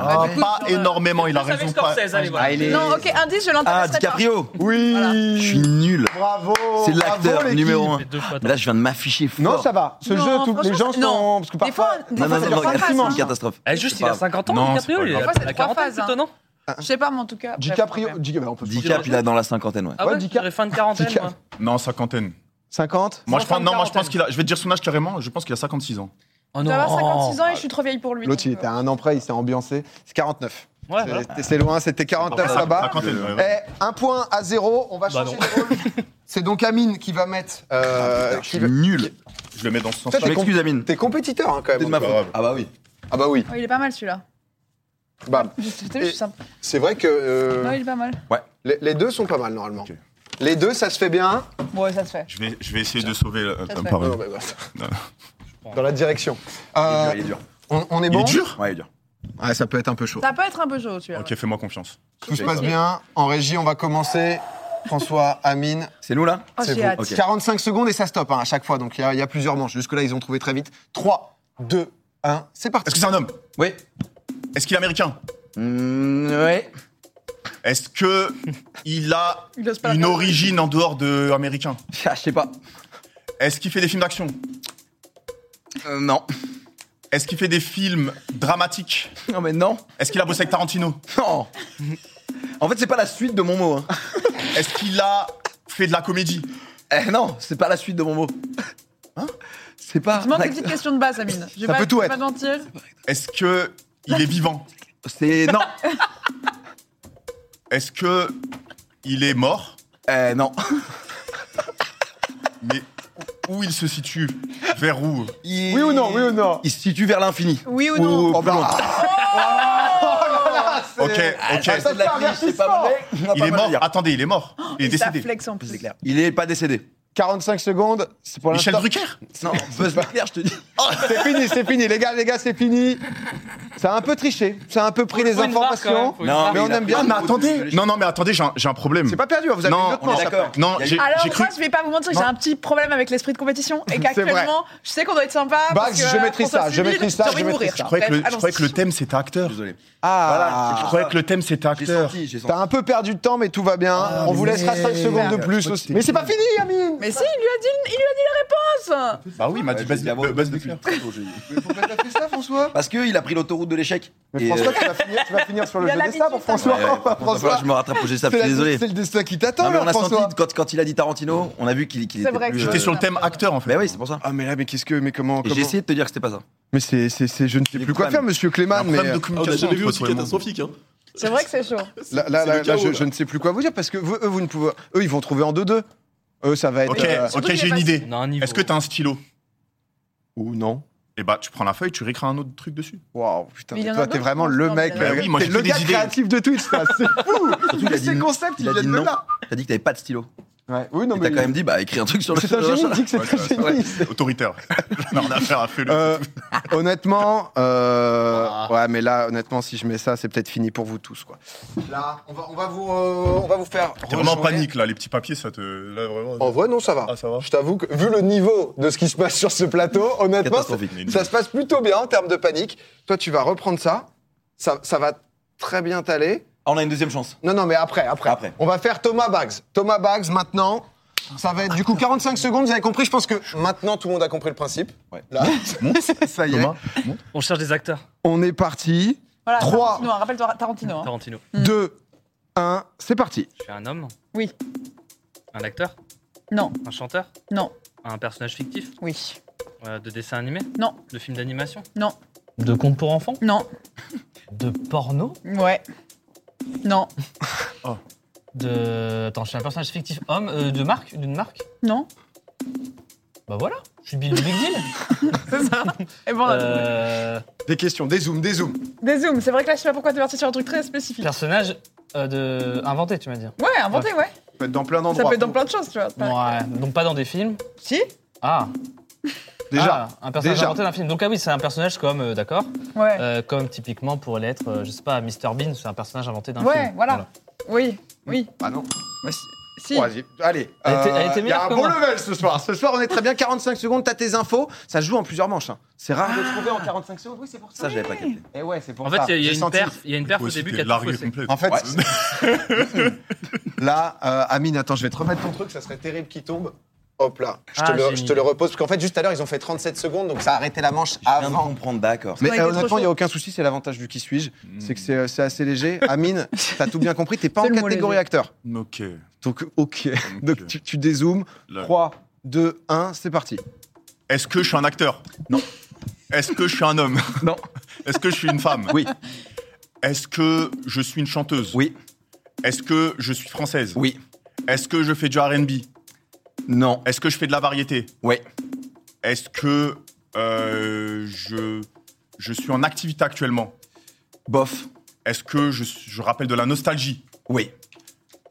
Speaker 6: Ah,
Speaker 4: du coup,
Speaker 6: pas
Speaker 4: sur, euh,
Speaker 6: énormément, il a
Speaker 5: Plus avec
Speaker 6: raison. Pas...
Speaker 5: Scorsese, allez, voilà.
Speaker 1: Ah, il est-
Speaker 4: Non, ok, indice, je
Speaker 3: Ah,
Speaker 4: l'intéresserai pas.
Speaker 3: DiCaprio.
Speaker 1: Oui.
Speaker 4: Voilà.
Speaker 3: Je suis nul.
Speaker 1: Bravo.
Speaker 3: C'est
Speaker 1: Oh, bravo,
Speaker 3: l'acteur
Speaker 1: l'équipe.
Speaker 3: numéro 1.
Speaker 5: Mais deux fois,
Speaker 3: Là, je viens de m'afficher fort.
Speaker 1: Non, ça va. Ce jeu,
Speaker 4: Non,
Speaker 1: tout- les
Speaker 4: franchement,
Speaker 1: gens sont.
Speaker 4: c'est- non.
Speaker 1: Parce que
Speaker 4: Des fois,
Speaker 1: parfois.
Speaker 4: des
Speaker 3: Non,
Speaker 4: fois,
Speaker 3: non,
Speaker 4: c'est
Speaker 3: non,
Speaker 4: trois
Speaker 3: non,
Speaker 1: regarde,
Speaker 4: phases,
Speaker 1: c'est
Speaker 4: hein.
Speaker 1: immense.
Speaker 3: une catastrophe.
Speaker 5: Eh, juste,
Speaker 3: C'est
Speaker 5: il a
Speaker 3: pas-
Speaker 5: 50 ans,
Speaker 6: Non,
Speaker 5: DiCaprio.
Speaker 6: c'est
Speaker 5: Il
Speaker 6: pas
Speaker 5: est
Speaker 4: grave.
Speaker 5: à la quarantaine
Speaker 4: Parfois, c'est
Speaker 5: plutôt, non
Speaker 4: Je sais pas, mais en tout cas. bref,
Speaker 1: DiCaprio.
Speaker 4: problème.
Speaker 1: Dica- bah, on peut-
Speaker 3: Dicap, il a dans la cinquantaine, ouais.
Speaker 5: Ah
Speaker 1: Ouais,
Speaker 5: ouais,
Speaker 1: Dica-
Speaker 5: j'aurais fin de quarantaine,
Speaker 1: Dica-
Speaker 5: moi.
Speaker 6: Non, cinquantaine.
Speaker 1: 50
Speaker 6: Moi je pense, non, moi je
Speaker 5: Cinquantaine.
Speaker 6: pense qu'il a. Je vais te dire son âge carrément. Je pense qu'il a 56 ans.
Speaker 5: Oh
Speaker 4: Je dois avoir 56 ans et je suis trop vieille pour lui.
Speaker 1: L'autre, il
Speaker 4: donc,
Speaker 1: était
Speaker 4: euh,
Speaker 1: à un an près, il s'est ambiancé. C'est 49.
Speaker 5: Ouais,
Speaker 1: C'est-
Speaker 5: voilà.
Speaker 1: c'était- C'est loin, c'était 49 là-bas.
Speaker 6: Cinquantaine. ouais, ouais.
Speaker 1: Eh, un point à zéro, on va
Speaker 5: Bah
Speaker 1: changer de rôle. C'est donc Amine qui va mettre. euh,
Speaker 3: Ah, Je
Speaker 1: qui
Speaker 3: suis
Speaker 1: va-
Speaker 3: nul.
Speaker 6: Je le mets dans ce
Speaker 1: Ça,
Speaker 6: sens-là.
Speaker 3: Je m'excuse, Amine.
Speaker 1: T'es compétiteur hein, quand
Speaker 3: C'est de
Speaker 1: même.
Speaker 3: ma
Speaker 6: pas
Speaker 3: faute.
Speaker 6: grave.
Speaker 3: Ah bah oui.
Speaker 1: Ah bah oui.
Speaker 4: oh, il est pas mal celui-là.
Speaker 1: Bam.
Speaker 4: Je suis je suis sympa.
Speaker 1: C'est vrai que euh,
Speaker 4: Non, il est pas mal.
Speaker 1: les, les deux sont pas mal normalement.
Speaker 6: Ok.
Speaker 1: Les deux, ça se fait bien.
Speaker 4: Bon, ouais, ça se fait.
Speaker 6: Je vais, je vais essayer de sauver euh, le.
Speaker 4: Ça se fait.
Speaker 1: Non,
Speaker 6: pardon.
Speaker 1: non, mais bah,
Speaker 6: Non.
Speaker 1: Dans la direction. Euh,
Speaker 3: Il est dur.
Speaker 1: on, on est
Speaker 6: Il
Speaker 1: bon
Speaker 6: est dur
Speaker 3: Ouais, il est dur.
Speaker 1: Ouais, ça peut être un peu chaud.
Speaker 4: Ça peut être un peu chaud, celui-là.
Speaker 6: Ok, fais-moi confiance.
Speaker 1: Tout se passe bien. En régie, on va commencer. François, Amine,
Speaker 3: C'est nous là
Speaker 4: Oh,
Speaker 1: c'est
Speaker 4: j'ai
Speaker 1: vous.
Speaker 4: hâte.
Speaker 3: Ok.
Speaker 1: 45 secondes et ça stoppe hein, à chaque fois. Donc il y, a- il y a plusieurs manches. Jusque-là, ils ont trouvé très vite. 3, 2, 1, c'est parti.
Speaker 6: Est-ce que c'est un homme
Speaker 3: Oui.
Speaker 6: Est-ce qu'il est américain
Speaker 3: Mm, ouais.
Speaker 6: Est-ce que il a
Speaker 4: Il ose pas
Speaker 6: une
Speaker 4: la-
Speaker 6: origine en dehors de américain
Speaker 3: Ah, je sais pas.
Speaker 6: Est-ce qu'il fait des films d'action
Speaker 3: Euh, non.
Speaker 6: Est-ce qu'il fait des films dramatiques
Speaker 3: Non, mais non.
Speaker 6: Est-ce qu'il a bossé avec Tarantino
Speaker 3: Non. En fait, c'est pas la suite de mon mot. hein.
Speaker 6: Est-ce qu'il a fait de la comédie
Speaker 3: Eh, non, c'est pas la suite de mon mot. Hein C'est pas.
Speaker 4: Je demande
Speaker 3: un
Speaker 4: des petites
Speaker 3: acteur.
Speaker 4: questions de base, Amine. Je vais
Speaker 1: Ça
Speaker 4: pas,
Speaker 1: peut tout
Speaker 4: je vais
Speaker 1: être.
Speaker 4: pas te mentir.
Speaker 6: Est-ce que il est vivant
Speaker 3: C'est. Non.
Speaker 6: Est-ce que il est mort
Speaker 3: Eh, non.
Speaker 6: Mais où il se situe Vers où
Speaker 3: Il-
Speaker 1: Oui ou non Oui ou non
Speaker 3: Il se situe vers l'infini.
Speaker 4: Oui ou non
Speaker 1: Oh,
Speaker 3: plus loin.
Speaker 6: Ok,
Speaker 1: Euh,
Speaker 3: Ah,
Speaker 6: ok.
Speaker 3: ça, c'est de la triche, c'est pas vrai. On a
Speaker 6: Il
Speaker 3: pas
Speaker 6: est
Speaker 3: mal à
Speaker 6: mort.
Speaker 3: dire.
Speaker 6: Attendez, il est mort. Il est
Speaker 4: Et ça
Speaker 6: décédé.
Speaker 4: flex en plus.
Speaker 3: C'est clair. Il est pas décédé.
Speaker 1: 45 secondes, c'est pour
Speaker 6: Michel
Speaker 1: l'instant.
Speaker 6: Drucker
Speaker 3: Non, Buzz Lightyear, je te dis.
Speaker 1: C'est fini, c'est fini, les gars, les gars, c'est fini. Ça a un peu triché, ça a un peu pris les
Speaker 5: Faut une barre, quand même,
Speaker 1: informations.
Speaker 5: faut une barre.
Speaker 1: mais on aime bien.
Speaker 6: Ah, mais attendez Non, non, mais attendez, j'ai un, j'ai un problème.
Speaker 1: C'est pas perdu, hein, vous avez
Speaker 6: Non,
Speaker 1: une autre
Speaker 3: on est
Speaker 1: manche.
Speaker 3: d'accord.
Speaker 1: après.
Speaker 6: Non,
Speaker 3: Il y a eu-
Speaker 6: j'ai
Speaker 4: Alors,
Speaker 6: j'ai cru.
Speaker 4: moi, je vais pas vous mentir, j'ai un petit problème avec l'esprit de compétition et qu'actuellement, je sais qu'on doit être sympa.
Speaker 1: Bah,
Speaker 4: parce que
Speaker 1: je maîtrise
Speaker 4: François
Speaker 1: ça, je
Speaker 4: Civil,
Speaker 1: maîtrise ça,
Speaker 4: J'ai
Speaker 1: je
Speaker 4: envie de mourir.
Speaker 1: maîtrise ça.
Speaker 6: Je croyais que le-
Speaker 4: Bref,
Speaker 6: je croyais que le
Speaker 4: allons-y.
Speaker 6: thème c'était acteur.
Speaker 3: Désolé.
Speaker 1: Ah,
Speaker 6: Je croyais que le thème c'était
Speaker 3: J'ai
Speaker 6: acteur.
Speaker 3: senti, j'ai senti.
Speaker 1: T'as un peu perdu de temps, mais tout va bien.
Speaker 4: Ah,
Speaker 1: On vous laissera 5 secondes de plus aussi. Mais c'est pas fini, Amine
Speaker 4: Mais si, il lui a dit, il lui a dit la réponse.
Speaker 6: Bah oui, il m'a dit
Speaker 3: Ouais, j'ai
Speaker 6: buzz
Speaker 3: dit avant,
Speaker 6: le buzz de
Speaker 3: depuis
Speaker 6: fleurs.
Speaker 3: très tôt, j'ai dit.
Speaker 1: Mais pourquoi t'as fait ça, François
Speaker 3: Parce qu'il a pris l'autoroute de l'échec.
Speaker 1: Mais
Speaker 3: Et,
Speaker 1: François,
Speaker 3: euh,
Speaker 1: tu vas finir, tu vas finir sur le
Speaker 4: Il a
Speaker 1: jeu des
Speaker 4: l'habitude,
Speaker 1: sabres, François.
Speaker 3: ouais, ouais, par contre, il va falloir
Speaker 1: François,
Speaker 3: que je me rattrape au G-Sap, je
Speaker 1: c'est
Speaker 3: suis
Speaker 1: la-
Speaker 3: désolé.
Speaker 1: c'est le destin qui
Speaker 3: Non,
Speaker 1: t'attend,
Speaker 3: mais on
Speaker 1: là,
Speaker 3: a
Speaker 1: François.
Speaker 3: senti, quand, quand il a dit Tarantino, on a vu qu'il qu'il
Speaker 4: C'est
Speaker 3: était
Speaker 4: vrai que
Speaker 3: plus...
Speaker 4: je-
Speaker 6: J'étais sur le thème acteur en fait.
Speaker 3: Bah oui, c'est pour ça.
Speaker 1: Ah, mais là, mais qu'est-ce que. Mais comment.
Speaker 3: Et j'ai essayé de te dire que c'était pas ça.
Speaker 1: Mais c'est. c'est- c'est- Je ne sais
Speaker 3: Il est
Speaker 1: plus quoi
Speaker 3: coupable.
Speaker 1: faire, monsieur Clément,
Speaker 6: Un
Speaker 1: mais. euh,
Speaker 6: problème de
Speaker 2: Ah, on n'a
Speaker 6: communication.
Speaker 2: jamais vu
Speaker 6: entre
Speaker 2: aussi
Speaker 6: toi et moi.
Speaker 2: catastrophique. Hein.
Speaker 4: C'est vrai que c'est chaud.
Speaker 1: Là, là,
Speaker 2: C'est le
Speaker 1: là,
Speaker 2: chaos,
Speaker 1: je,
Speaker 2: là.
Speaker 1: je ne sais plus quoi vous dire parce que vous, eux, vous ne pouvez. Eux, ils vont trouver en 2-2. Eux, ça va être.
Speaker 6: Ok,
Speaker 1: euh,
Speaker 4: Surtout
Speaker 6: ok,
Speaker 4: qu'il
Speaker 6: j'ai
Speaker 4: est
Speaker 6: une
Speaker 4: pas-
Speaker 6: idée.
Speaker 5: On a un niveau.
Speaker 6: Est-ce que t'as un stylo
Speaker 1: Ou non.
Speaker 6: Eh bah, tu prends la feuille, tu réécris un autre truc dessus.
Speaker 1: Waouh, putain.
Speaker 4: Mais il y
Speaker 1: mais
Speaker 4: en a
Speaker 1: toi, t'es
Speaker 4: d'autres
Speaker 1: vraiment
Speaker 4: qui
Speaker 1: le
Speaker 4: sont
Speaker 1: mec.
Speaker 4: dans la-
Speaker 1: euh,
Speaker 6: Bah oui, moi,
Speaker 1: t'es
Speaker 6: j'ai
Speaker 1: le
Speaker 6: des
Speaker 1: gars
Speaker 6: idées.
Speaker 1: créatif de Twitch, ça, c'est fou.
Speaker 3: Surtout, il a
Speaker 1: Tous
Speaker 3: dit
Speaker 1: ces
Speaker 3: non.
Speaker 1: concepts,
Speaker 3: Il
Speaker 1: ils
Speaker 3: a dit
Speaker 1: viennent de
Speaker 3: non.
Speaker 1: là.
Speaker 3: T'as dit que t'avais pas de stylo.
Speaker 1: Ouais. Oui, non,
Speaker 3: Et t'as
Speaker 1: mais.
Speaker 3: quand même dit, bah écris un truc sur le
Speaker 1: C'est un génie, il dit que c'est
Speaker 6: Ouais,
Speaker 1: un
Speaker 6: c'est
Speaker 1: génie.
Speaker 6: Autoritaire. J'en ai rien à faire à feu.
Speaker 1: Euh, honnêtement, euh, ouais, mais là, honnêtement, si je mets ça, c'est peut-être fini pour vous tous, quoi. Là, on va, on va vous, euh, on va vous faire.
Speaker 6: T'es vraiment en
Speaker 1: rejouer.
Speaker 6: panique là, les petits papiers, ça te. Là, vraiment.
Speaker 1: En vrai, non, ça va.
Speaker 6: Ah, ça va.
Speaker 1: Je t'avoue que, vu le niveau de ce qui se passe sur ce plateau, honnêtement, ça,
Speaker 3: Catastrophique.
Speaker 1: ça se passe plutôt bien en termes de panique. Toi, tu vas reprendre ça. Ça, ça va très bien t'aller.
Speaker 3: Ah, on a une deuxième chance.
Speaker 1: Non, non, mais après, après,
Speaker 3: Après.
Speaker 1: On va faire Thomas Bags. Thomas Bags, maintenant. Ça va être du coup 45 secondes, vous avez compris, je pense que maintenant tout le monde a compris le principe.
Speaker 3: Ouais.
Speaker 1: Là, ça y est.
Speaker 6: Thomas
Speaker 5: On cherche des acteurs.
Speaker 1: On est parti.
Speaker 4: Voilà,
Speaker 1: Trois.
Speaker 4: Tarantino, hein, rappelle-toi Tarantino. hein.
Speaker 5: Tarantino.
Speaker 1: 2, 1, c'est parti.
Speaker 5: Je suis un homme.
Speaker 4: Oui.
Speaker 5: Un acteur.
Speaker 4: Non,
Speaker 5: Un chanteur.
Speaker 4: non,
Speaker 5: Un personnage fictif.
Speaker 4: oui.
Speaker 5: euh, de dessin animé.
Speaker 4: Non,
Speaker 5: De film d'animation.
Speaker 4: non,
Speaker 2: De contes pour enfants
Speaker 4: non,
Speaker 2: De porno
Speaker 4: ouais. Non,
Speaker 2: De. Attends, je suis un personnage fictif homme euh, de marque D'une marque
Speaker 4: non.
Speaker 2: Bah voilà, je suis Bill Big Deal.
Speaker 4: C'est ça. Et bon,
Speaker 2: Euh,
Speaker 1: Des questions, des zooms, des zooms.
Speaker 4: des zooms. C'est vrai que là, je sais pas pourquoi t'es parti sur un truc très spécifique.
Speaker 2: personnage euh, de. inventé, tu m'as dit.
Speaker 4: Ouais, inventé, ouais.
Speaker 1: Ça peut être dans plein
Speaker 4: Ça
Speaker 1: d'endroits.
Speaker 4: peut être dans plein de choses, tu vois.
Speaker 2: Ouais, donc pas dans des films.
Speaker 4: Si
Speaker 2: Ah,
Speaker 1: Déjà,
Speaker 2: ah, un personnage
Speaker 1: déjà.
Speaker 2: inventé d'un film. Donc ah oui, c'est un personnage comme, euh, d'accord,
Speaker 4: Ouais.
Speaker 2: Euh, comme typiquement pour l'être, euh, je sais pas, Mr Bean, c'est un personnage inventé d'un film.
Speaker 4: Ouais, voilà. Oui, oui. Bah,
Speaker 1: Ah non.
Speaker 4: Si.
Speaker 1: Oh, vas-y. Allez.
Speaker 2: Elle était- elle
Speaker 1: Il Euh, y
Speaker 2: était
Speaker 1: a
Speaker 2: meilleure
Speaker 1: un
Speaker 2: que
Speaker 1: bon
Speaker 2: moi.
Speaker 1: level ce soir. Ce soir, on est très bien. 45 secondes, t'as tes infos. Ça se joue en plusieurs manches. hein. C'est rare de trouver en 45 secondes. Oui, c'est pour
Speaker 3: Ça,
Speaker 1: ça.
Speaker 3: j'avais pas capté.
Speaker 1: Et ouais, c'est pour
Speaker 5: Ah. En
Speaker 1: ça.
Speaker 5: fait, il y a- il y,
Speaker 1: J'ai
Speaker 5: a une
Speaker 1: senti.
Speaker 5: perf. Il y a une perf au
Speaker 6: Aussi,
Speaker 5: début
Speaker 6: t'es
Speaker 5: qui a tout
Speaker 6: largué
Speaker 5: faussé.
Speaker 6: complet.
Speaker 1: En fait,
Speaker 3: Ouais.
Speaker 1: là, euh, Amine, attends, je vais te remettre ton truc. Ça serait terrible qu'il tombe. Hop là. Je te,
Speaker 5: Ah,
Speaker 1: le,
Speaker 5: j'ai
Speaker 1: je
Speaker 5: une
Speaker 1: te le
Speaker 5: idée.
Speaker 1: repose. Parce qu'en fait, juste à l'heure, ils ont fait 37 secondes. Donc ça a arrêté la manche
Speaker 3: Je viens de
Speaker 1: avant.
Speaker 3: comprendre, d'accord.
Speaker 1: Mais
Speaker 4: Ouais, il
Speaker 1: euh,
Speaker 4: était trop
Speaker 1: honnêtement, il n'y a
Speaker 4: chaud.
Speaker 1: aucun souci, c'est l'avantage du qui suis-je.
Speaker 3: Hmm.
Speaker 6: Mm.
Speaker 1: C'est que c'est, euh, c'est assez léger. Amine, t'as tout bien compris, t'es pas en
Speaker 4: C'est le mot
Speaker 1: catégorie
Speaker 4: léger.
Speaker 1: acteur.
Speaker 6: Mm, Ok.
Speaker 1: Donc, ok. Donc,
Speaker 6: Ok.
Speaker 1: tu, tu dézoomes.
Speaker 6: Là.
Speaker 1: 3, 2, 1, c'est parti.
Speaker 6: Est-ce que je suis un acteur
Speaker 3: Non.
Speaker 6: Est-ce que je suis un homme
Speaker 3: Non.
Speaker 6: Est-ce que je suis une femme
Speaker 3: Oui.
Speaker 6: Est-ce que je suis une chanteuse
Speaker 3: Oui.
Speaker 6: Est-ce que je suis française
Speaker 3: Oui.
Speaker 6: Est-ce que je fais du RB
Speaker 3: Non.
Speaker 6: Est-ce que je fais de la variété
Speaker 3: Ouais.
Speaker 6: Est-ce que euh, je, je suis en activité actuellement
Speaker 3: Bof.
Speaker 6: Est-ce que je, je rappelle de la nostalgie
Speaker 3: Oui.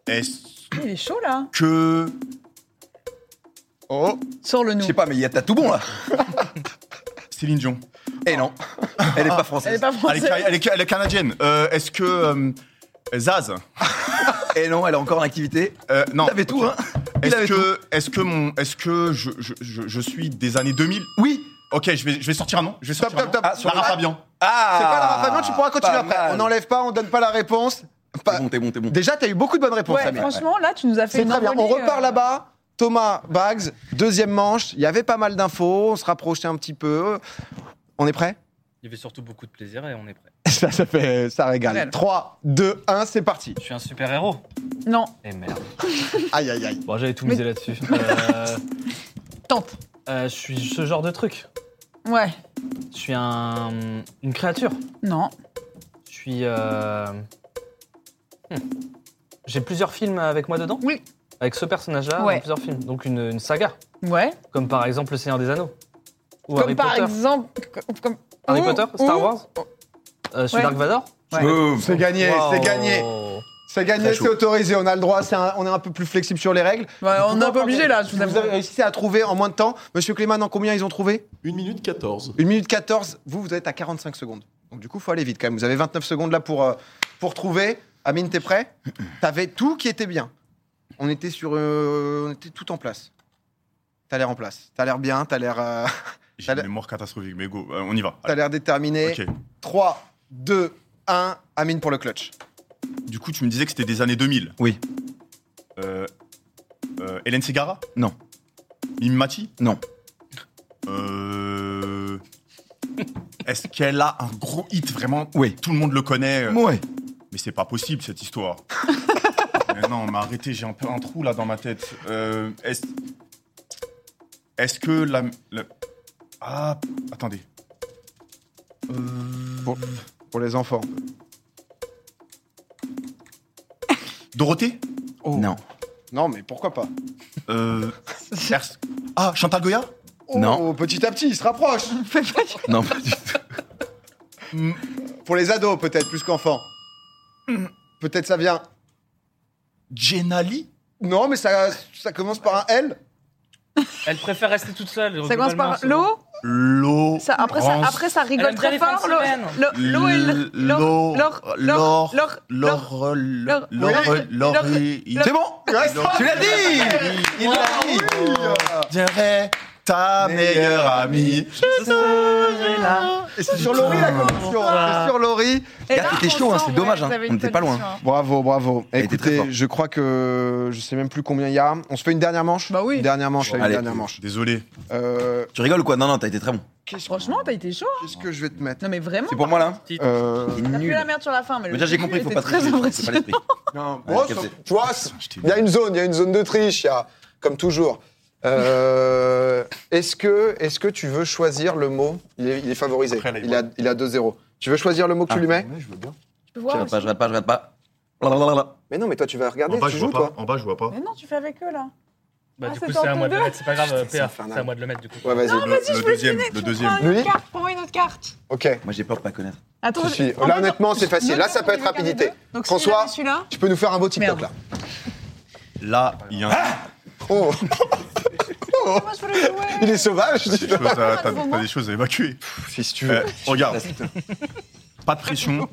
Speaker 6: Est-ce
Speaker 4: Il est chaud, là.
Speaker 6: que...
Speaker 1: Oh,
Speaker 4: Sors le
Speaker 3: Je
Speaker 4: nous.
Speaker 3: sais pas, mais il y a t'as tout bon là.
Speaker 6: Céline Dion.
Speaker 3: Eh non. Elle est pas
Speaker 4: Elle est
Speaker 3: française.
Speaker 4: pas
Speaker 6: Elle est,
Speaker 4: française.
Speaker 6: elle est- elle est canadienne. Euh, Est-ce que... euh, Zaz
Speaker 3: Eh non, elle est encore en activité.
Speaker 6: Euh, Non.
Speaker 3: T'avais tout, hein. Il avait
Speaker 6: Est-ce que, est-ce que mon, est-ce que je, je, je, je suis des années 2000
Speaker 3: Oui.
Speaker 6: Ok, je vais, je vais sortir un nom. Je vais
Speaker 1: Stop,
Speaker 6: sortir
Speaker 1: stop,
Speaker 6: un
Speaker 1: stop.
Speaker 6: nom.
Speaker 3: Ah, sur
Speaker 6: Lara
Speaker 1: le-
Speaker 6: Fabian.
Speaker 3: Ah.
Speaker 1: c'est pas la Fabien, tu pourras continuer
Speaker 3: pas
Speaker 1: après.
Speaker 3: mal.
Speaker 1: On n'enlève pas, on donne pas la réponse. Pas-
Speaker 3: T'es bon, t'es bon, t'es bon.
Speaker 1: Déjà, t'as eu beaucoup de bonnes réponses,
Speaker 4: Ouais,
Speaker 1: Amine.
Speaker 4: franchement, là, tu nous as fait
Speaker 1: C'est
Speaker 4: une
Speaker 1: très bien. On
Speaker 4: envolée,
Speaker 1: repart
Speaker 4: euh,
Speaker 1: là-bas. Thomas Bags, deuxième manche. Il y avait pas mal d'infos. On se rapprochait un petit peu. On est prêt
Speaker 5: Il y avait surtout beaucoup de plaisir et on est prêt.
Speaker 1: ça, ça fait, ça régale.
Speaker 4: Réel.
Speaker 1: 3, 2, 1, c'est parti.
Speaker 5: Je suis un super héros.
Speaker 4: Non,
Speaker 2: Et merde.
Speaker 1: Aïe, aïe, aïe.
Speaker 2: Bon, j'avais tout
Speaker 4: Mais-
Speaker 2: misé là-dessus. Euh,
Speaker 4: tente.
Speaker 2: euh, je suis ce genre de truc.
Speaker 4: Ouais.
Speaker 2: Je suis un, une créature.
Speaker 4: Non.
Speaker 2: Je suis. euh, hmm. J'ai plusieurs films avec moi dedans
Speaker 4: Oui.
Speaker 2: Avec ce personnage-là,
Speaker 4: Ouais.
Speaker 2: dans plusieurs films. Donc une, une saga,
Speaker 4: Ouais.
Speaker 2: comme par exemple Le Seigneur des Anneaux. Ou
Speaker 4: comme
Speaker 2: Harry
Speaker 4: par
Speaker 2: Potter.
Speaker 4: exemple. comme- Comme...
Speaker 2: Harry
Speaker 4: ou-
Speaker 2: Potter, Star
Speaker 4: ou-
Speaker 2: Wars. Euh, je
Speaker 4: Oh,
Speaker 2: suis
Speaker 4: Ouais.
Speaker 2: Dark Vador.
Speaker 4: Ouais.
Speaker 3: Boum.
Speaker 1: C'est gagné, c'est
Speaker 2: Waouh.
Speaker 1: gagné. C'est gagné,
Speaker 3: Très
Speaker 1: c'est
Speaker 3: chaud.
Speaker 1: autorisé. On a le droit. c'est un- on est un peu plus flexible sur les règles.
Speaker 4: Ouais, Euh, bah, on n'est pas obligé là, je vous
Speaker 1: Vous
Speaker 4: avoue.
Speaker 1: avez réussi à trouver en moins de temps. Monsieur Clément, en combien ils ont trouvé
Speaker 7: 1 minute 14.
Speaker 1: 1 minute 14. Vous, vous êtes à 45 secondes. Donc du coup, faut aller vite quand même. Vous avez 29 secondes là pour, euh, pour trouver. Amine, t'es prêt T'avais tout qui était bien. On était sur, euh, on était tout en place. T'as l'air en place. T'as l'air bien. T'as l'air, euh,
Speaker 6: J'ai
Speaker 1: T'as-
Speaker 6: une mémoire catastrophique, mais go, euh, on y va.
Speaker 1: t'as l'air déterminé.
Speaker 6: Ok.
Speaker 1: 3, 2, 1. Amine pour le clutch.
Speaker 6: Du coup, tu me disais que c'était des années 2000.
Speaker 3: Oui.
Speaker 6: Euh, euh, Hélène Segara
Speaker 3: Non.
Speaker 6: Mimi Mati
Speaker 3: Non.
Speaker 6: Euh, Est-ce qu'elle a un gros hit vraiment
Speaker 3: Oui.
Speaker 6: Tout le monde le connaît. euh,
Speaker 3: Ouais.
Speaker 6: Mais c'est pas possible cette histoire. mais non, mais arrêtez, j'ai un peu un trou là dans ma tête. Euh, est-ce est-ce que la, la- ah attendez. Euh,
Speaker 1: Pour les enfants.
Speaker 6: Dorothée
Speaker 3: Oh.
Speaker 1: Oh.
Speaker 3: Non.
Speaker 1: Non, mais pourquoi pas
Speaker 6: Euh. Cherche- Ah, Chantal Goya
Speaker 1: Oh,
Speaker 3: Non.
Speaker 1: Petit à petit, il se rapproche.
Speaker 3: Non, pas du tout.
Speaker 1: Pour les ados, peut-être, plus qu'enfants. Peut-être ça vient.
Speaker 6: Jenali
Speaker 1: Non, mais ça, ça commence par un L.
Speaker 5: Elle préfère rester toute seule.
Speaker 4: Ça commence
Speaker 5: globalement,
Speaker 4: par
Speaker 5: c'est bon.
Speaker 4: l'eau.
Speaker 6: L'eau.
Speaker 4: Ça, après, ça,
Speaker 6: Rance.
Speaker 4: après, ça rigole
Speaker 5: aime bien
Speaker 4: très
Speaker 5: les fins de
Speaker 4: fort. L'eau,
Speaker 5: semaine.
Speaker 4: l'eau, l'eau, et
Speaker 6: L-
Speaker 4: le- l'or, l'or, l'or,
Speaker 6: l'or- l'or-
Speaker 4: l'or, l'or.
Speaker 6: L'or. L'or.
Speaker 4: l'or-
Speaker 6: L'or.
Speaker 4: l'or-
Speaker 6: L'or.
Speaker 4: l'or-
Speaker 3: C'est bon
Speaker 1: Ah,
Speaker 3: Ah, Tu l'as dit
Speaker 1: Il l'a dit.
Speaker 6: Dirais ta meilleure
Speaker 3: Ah.
Speaker 6: amie.
Speaker 1: Et c'est sur Laurie la condition. hein, C'est sur Laurie.
Speaker 4: Et
Speaker 3: Regarde,
Speaker 4: là,
Speaker 3: c'était
Speaker 4: on
Speaker 3: chaud, hein,
Speaker 4: sent,
Speaker 3: c'est dommage,
Speaker 4: ouais,
Speaker 3: hein.
Speaker 4: vous avez
Speaker 3: On
Speaker 4: une
Speaker 3: était pas loin.
Speaker 4: connexion, hein.
Speaker 1: Bravo, bravo.
Speaker 3: Elle était très
Speaker 1: Écoutez,
Speaker 3: forte.
Speaker 1: je crois que je sais même plus combien il y a. On se fait une dernière manche.
Speaker 4: Bah oui.
Speaker 1: Une dernière manche, allez,
Speaker 3: Allez.
Speaker 1: une dernière manche.
Speaker 6: Désolé.
Speaker 1: Euh,
Speaker 3: Tu rigoles ou quoi Non, non, t'as été très bon.
Speaker 1: qu'est-ce
Speaker 4: Franchement, t'as été chaud. hein.
Speaker 1: qu'est-ce que je vais te mettre
Speaker 4: Non, mais vraiment.
Speaker 3: C'est pour moi là
Speaker 5: Petite-
Speaker 1: Euh,
Speaker 3: C'est
Speaker 4: T'as plus
Speaker 3: nul.
Speaker 4: la merde sur la fin.
Speaker 3: Mais
Speaker 4: Mais le
Speaker 3: Déjà, j'ai
Speaker 4: début
Speaker 3: compris, faut
Speaker 4: était
Speaker 3: pas
Speaker 4: très
Speaker 3: tricher, c'est pas
Speaker 4: impressionnant.
Speaker 3: l'esprit.
Speaker 1: Non,
Speaker 3: Ouais,
Speaker 1: bon,
Speaker 3: capté.
Speaker 1: ça- tu vois, c'est- il y a une zone, il y a une zone de triche, il y a- comme toujours. Euh, est-ce que, est-ce que tu veux choisir le mot il est, il est favorisé,
Speaker 6: Après, là, il
Speaker 1: il, a, il a 2-0. Tu veux choisir le mot que tu
Speaker 3: Ah.
Speaker 1: lui mets
Speaker 4: Tu peux
Speaker 3: Je
Speaker 4: voir
Speaker 3: rate pas,
Speaker 4: aussi.
Speaker 3: je rate pas, je rate pas. Blablabla.
Speaker 1: Mais non, mais toi tu vas regarder,
Speaker 6: En bas,
Speaker 1: tu
Speaker 6: bah, je
Speaker 1: joues
Speaker 6: vois
Speaker 1: toi.
Speaker 6: pas. En bas, je vois pas.
Speaker 4: Mais non, tu fais avec eux là.
Speaker 5: Bah,
Speaker 4: Ah,
Speaker 5: du
Speaker 4: c'est
Speaker 5: coup,
Speaker 4: dans
Speaker 5: c'est à
Speaker 4: ton
Speaker 5: moi de le
Speaker 4: deux.
Speaker 5: mettre. C'est pas grave, euh,
Speaker 1: c'est
Speaker 5: PA.
Speaker 1: infernal.
Speaker 5: C'est à moi de le mettre, du coup.
Speaker 1: Ouais, vas-y.
Speaker 4: Ah,
Speaker 6: Le- le deuxième. Le deuxième.
Speaker 4: Prends une
Speaker 1: Lui
Speaker 4: carte, prends-moi une autre carte.
Speaker 1: Ok.
Speaker 3: Moi, j'ai peur de pas connaître.
Speaker 4: Attends,
Speaker 1: Si, si.
Speaker 4: en
Speaker 1: Là,
Speaker 4: fait,
Speaker 1: honnêtement, c'est
Speaker 4: je-
Speaker 1: facile.
Speaker 4: note
Speaker 1: Là, ça
Speaker 4: quand
Speaker 1: peut
Speaker 4: on
Speaker 1: être
Speaker 4: les regarde les
Speaker 1: rapidité.
Speaker 4: deux. Donc,
Speaker 1: François.
Speaker 4: celui-là,
Speaker 1: Tu peux nous faire un beau TikTok
Speaker 4: Merde.
Speaker 1: là.
Speaker 6: Là, il y a
Speaker 4: Ah,
Speaker 6: un-
Speaker 1: Oh,
Speaker 4: celui-là. Moi, je voulais jouer.
Speaker 1: il est sauvage.
Speaker 6: t'as des
Speaker 1: dis donc.
Speaker 6: choses à- t'as- t'as des choses à évacuer.
Speaker 1: Si si tu veux.
Speaker 6: Euh, regarde, pas de pression.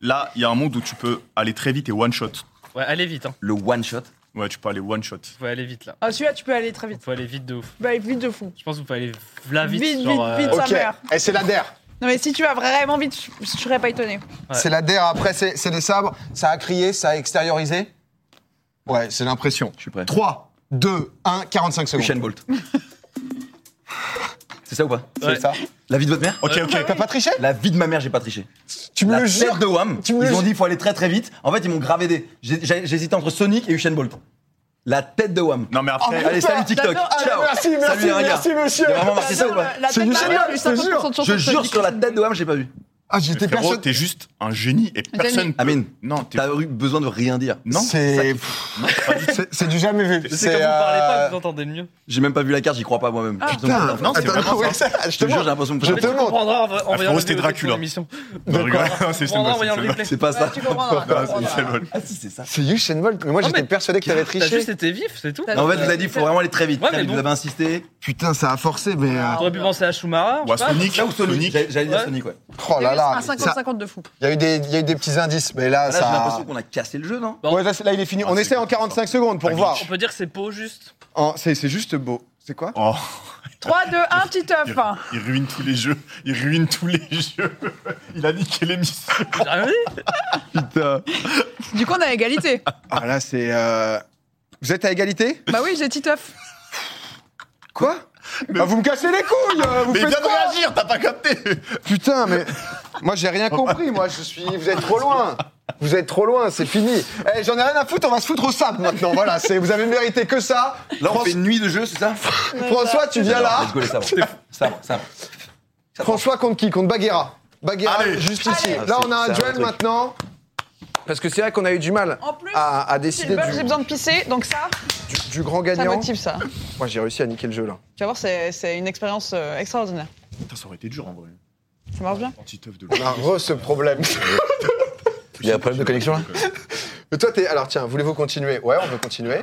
Speaker 6: Là, il y a un monde où tu peux aller très vite et one shot.
Speaker 5: Ouais, allez vite, hein.
Speaker 3: Le one shot.
Speaker 6: Ouais, tu peux aller one shot.
Speaker 5: Faut aller vite, là.
Speaker 4: Ah, celui-là, tu peux aller très vite.
Speaker 5: Faut aller vite de ouf.
Speaker 4: Tu peux aller vite de fou.
Speaker 5: Je pense que vous pouvez aller v'là vite.
Speaker 4: Vite,
Speaker 5: genre, euh,
Speaker 4: vite, vite. sa
Speaker 1: ok.
Speaker 4: mère.
Speaker 1: Et c'est la der.
Speaker 4: Non, mais si tu vas vraiment vite, je, je serais pas étonné.
Speaker 5: Ouais.
Speaker 1: C'est la der. Après, c'est c'est les sabres. Ça a crié, ça a extériorisé. Ouais, c'est l'impression.
Speaker 3: Je suis prêt.
Speaker 1: 3, 2, 1, 45 secondes.
Speaker 3: Usain Bolt. C'est ça ou pas
Speaker 1: C'est
Speaker 5: Ouais.
Speaker 1: ça.
Speaker 3: La vie de votre mère
Speaker 6: Ok, ok.
Speaker 1: T'as pas triché
Speaker 3: La vie de ma mère, j'ai pas triché.
Speaker 1: Tu me
Speaker 3: La
Speaker 1: le jures
Speaker 3: tête de Wham,
Speaker 1: Tu
Speaker 3: ils
Speaker 1: me le
Speaker 3: ont
Speaker 1: jures.
Speaker 3: dit il faut aller très très vite. En fait, ils m'ont grave aidé. J'ai- j'ai- J'hésitais entre Sonic et Usain Bolt. La tête de Wham.
Speaker 6: Non, mais après,
Speaker 3: Eh, Allez, salut TikTok.
Speaker 4: J'adore.
Speaker 1: Ah,
Speaker 3: Ciao.
Speaker 1: merci, merci,
Speaker 3: Salut, les regards.
Speaker 1: merci, monsieur.
Speaker 3: T'as vraiment marqué ça ou pas
Speaker 4: La
Speaker 1: C'est
Speaker 4: tête de
Speaker 1: génial,
Speaker 4: ma mère,
Speaker 1: je
Speaker 4: lui,
Speaker 1: te
Speaker 4: 50% de chance
Speaker 3: Je
Speaker 4: sur
Speaker 3: jure
Speaker 4: ce
Speaker 3: sur la
Speaker 4: mec.
Speaker 3: tête de Wham, j'ai pas vu.
Speaker 1: Ah, j'étais
Speaker 6: frérot,
Speaker 1: perso.
Speaker 6: t'es juste un génie et personne. peut-
Speaker 3: Amine.
Speaker 6: Non, t'es.
Speaker 3: T'as eu besoin de rien dire.
Speaker 6: Non,
Speaker 1: C'est c'est- c'est euh, du jamais vu.
Speaker 5: C'est comme vous parlez pas, vous entendez mieux.
Speaker 3: J'ai même pas vu la carte, j'y crois pas moi-même.
Speaker 4: Ah.
Speaker 3: Je te montre
Speaker 6: non,
Speaker 3: la
Speaker 6: c'est
Speaker 3: photo.
Speaker 6: vraiment ça.
Speaker 1: Je
Speaker 3: Je
Speaker 1: te
Speaker 3: te jure,
Speaker 1: montre.
Speaker 3: j'ai l'impression que
Speaker 1: Je
Speaker 5: Mais
Speaker 1: te
Speaker 5: tu
Speaker 1: montre.
Speaker 5: comprendras en vrai- en
Speaker 6: Ah,
Speaker 5: voyant
Speaker 6: frérot,
Speaker 5: la
Speaker 6: c'était
Speaker 5: vidéo de
Speaker 6: Dracula.
Speaker 5: l'émission.
Speaker 6: Non, rigole.
Speaker 5: comprendras
Speaker 6: C'est
Speaker 5: en
Speaker 6: Usain
Speaker 5: voyant le
Speaker 6: Bolt.
Speaker 5: replay.
Speaker 3: c'est pas
Speaker 4: Ouais,
Speaker 3: ça.
Speaker 4: tu comprendras.
Speaker 6: Ah,
Speaker 4: tu
Speaker 6: c'est Usain
Speaker 4: comprendras.
Speaker 6: Bolt.
Speaker 3: Ah si, c'est ça.
Speaker 1: C'est Usain Bolt. Mais moi,
Speaker 5: Non,
Speaker 1: j'étais
Speaker 5: mais-
Speaker 1: persuadé que t'avais
Speaker 5: T'as
Speaker 1: triché.
Speaker 5: juste été vif, c'est tout.
Speaker 4: T'as-
Speaker 3: En fait, vous avez dit, il faut vraiment aller très vite.
Speaker 5: Ouais,
Speaker 3: très
Speaker 5: mais
Speaker 3: vite.
Speaker 5: bon.
Speaker 3: Vous avez insisté.
Speaker 1: Putain, ça a forcé, mais. euh,
Speaker 5: T'aurais pu penser à Shumara.
Speaker 6: Ou à Sonic.
Speaker 3: Là où Sonic,
Speaker 6: Sonic.
Speaker 3: j'allais j'allais dire
Speaker 5: Ouais.
Speaker 3: Sonic, ouais.
Speaker 1: Oh
Speaker 4: Il y a
Speaker 1: là
Speaker 4: eu
Speaker 1: là.
Speaker 4: un
Speaker 1: ça-
Speaker 4: 50-50 de fou.
Speaker 1: Il y, a eu des- il y a eu des petits indices, mais là,
Speaker 3: Ah, Là, j'ai
Speaker 1: ça.
Speaker 3: l'impression qu'on a cassé le jeu, non
Speaker 1: Ouais, là, c'est- là, il est fini.
Speaker 6: Ah,
Speaker 1: On
Speaker 6: c'est
Speaker 1: essaie en
Speaker 6: cool.
Speaker 1: 45 secondes pour
Speaker 6: Ah,
Speaker 1: voir.
Speaker 5: On peut dire que c'est beau juste.
Speaker 1: Oh, C'est c'est juste beau. C'est quoi
Speaker 6: Oh,
Speaker 4: 3, 2, 1, petit hein. œuf.
Speaker 6: il ruine tous les jeux. Il ruine tous les jeux. Il a niqué l'émission.
Speaker 5: J'ai rien dit.
Speaker 1: Putain.
Speaker 4: Du coup, on a égalité.
Speaker 1: Ah là, c'est. euh, Vous êtes à égalité
Speaker 4: Bah oui, j'ai petit œuf.
Speaker 1: Quoi Ah, Vous me cassez les couilles euh, Vous
Speaker 6: Mais viens
Speaker 1: faites
Speaker 6: de
Speaker 1: quoi
Speaker 6: réagir, t'as pas capté.
Speaker 1: Putain, mais moi j'ai rien compris. Moi, je suis. Vous êtes trop loin. Vous êtes trop loin. C'est fini. Eh, J'en ai rien à foutre. On va se foutre au sable maintenant. Voilà. C'est. Vous avez mérité que ça.
Speaker 3: Là, on
Speaker 1: Franç-
Speaker 3: fait une nuit de jeu, c'est ça
Speaker 1: François, tu viens là.
Speaker 3: Let's go, les sabres. Sabres, sabres.
Speaker 1: François contre qui Contre Baguera. Baguera,
Speaker 6: Allez.
Speaker 1: juste ici.
Speaker 3: Allez.
Speaker 1: Là, on a un
Speaker 3: C'est un
Speaker 1: duel
Speaker 3: truc.
Speaker 1: maintenant. Parce que c'est vrai qu'on a eu du mal
Speaker 4: En plus,
Speaker 1: à, à
Speaker 4: j'ai
Speaker 1: décider
Speaker 4: le bol, j'ai
Speaker 1: Ah, du,
Speaker 4: besoin de pisser, donc ça,
Speaker 1: du- du grand
Speaker 4: ça
Speaker 1: gagnant.
Speaker 4: motive ça. Tu
Speaker 1: Moi, j'ai réussi à niquer le jeu là.
Speaker 4: vas voir, c'est c'est une expérience euh, extraordinaire.
Speaker 6: Putain, ça aurait été dur en vrai.
Speaker 4: Ça marche bien
Speaker 6: Petit œuf de
Speaker 1: On a re ce problème.
Speaker 3: Il y a un problème de connexion, là
Speaker 1: Mais toi, t'es. Alors, tiens, voulez-vous continuer Ouais, on veut continuer.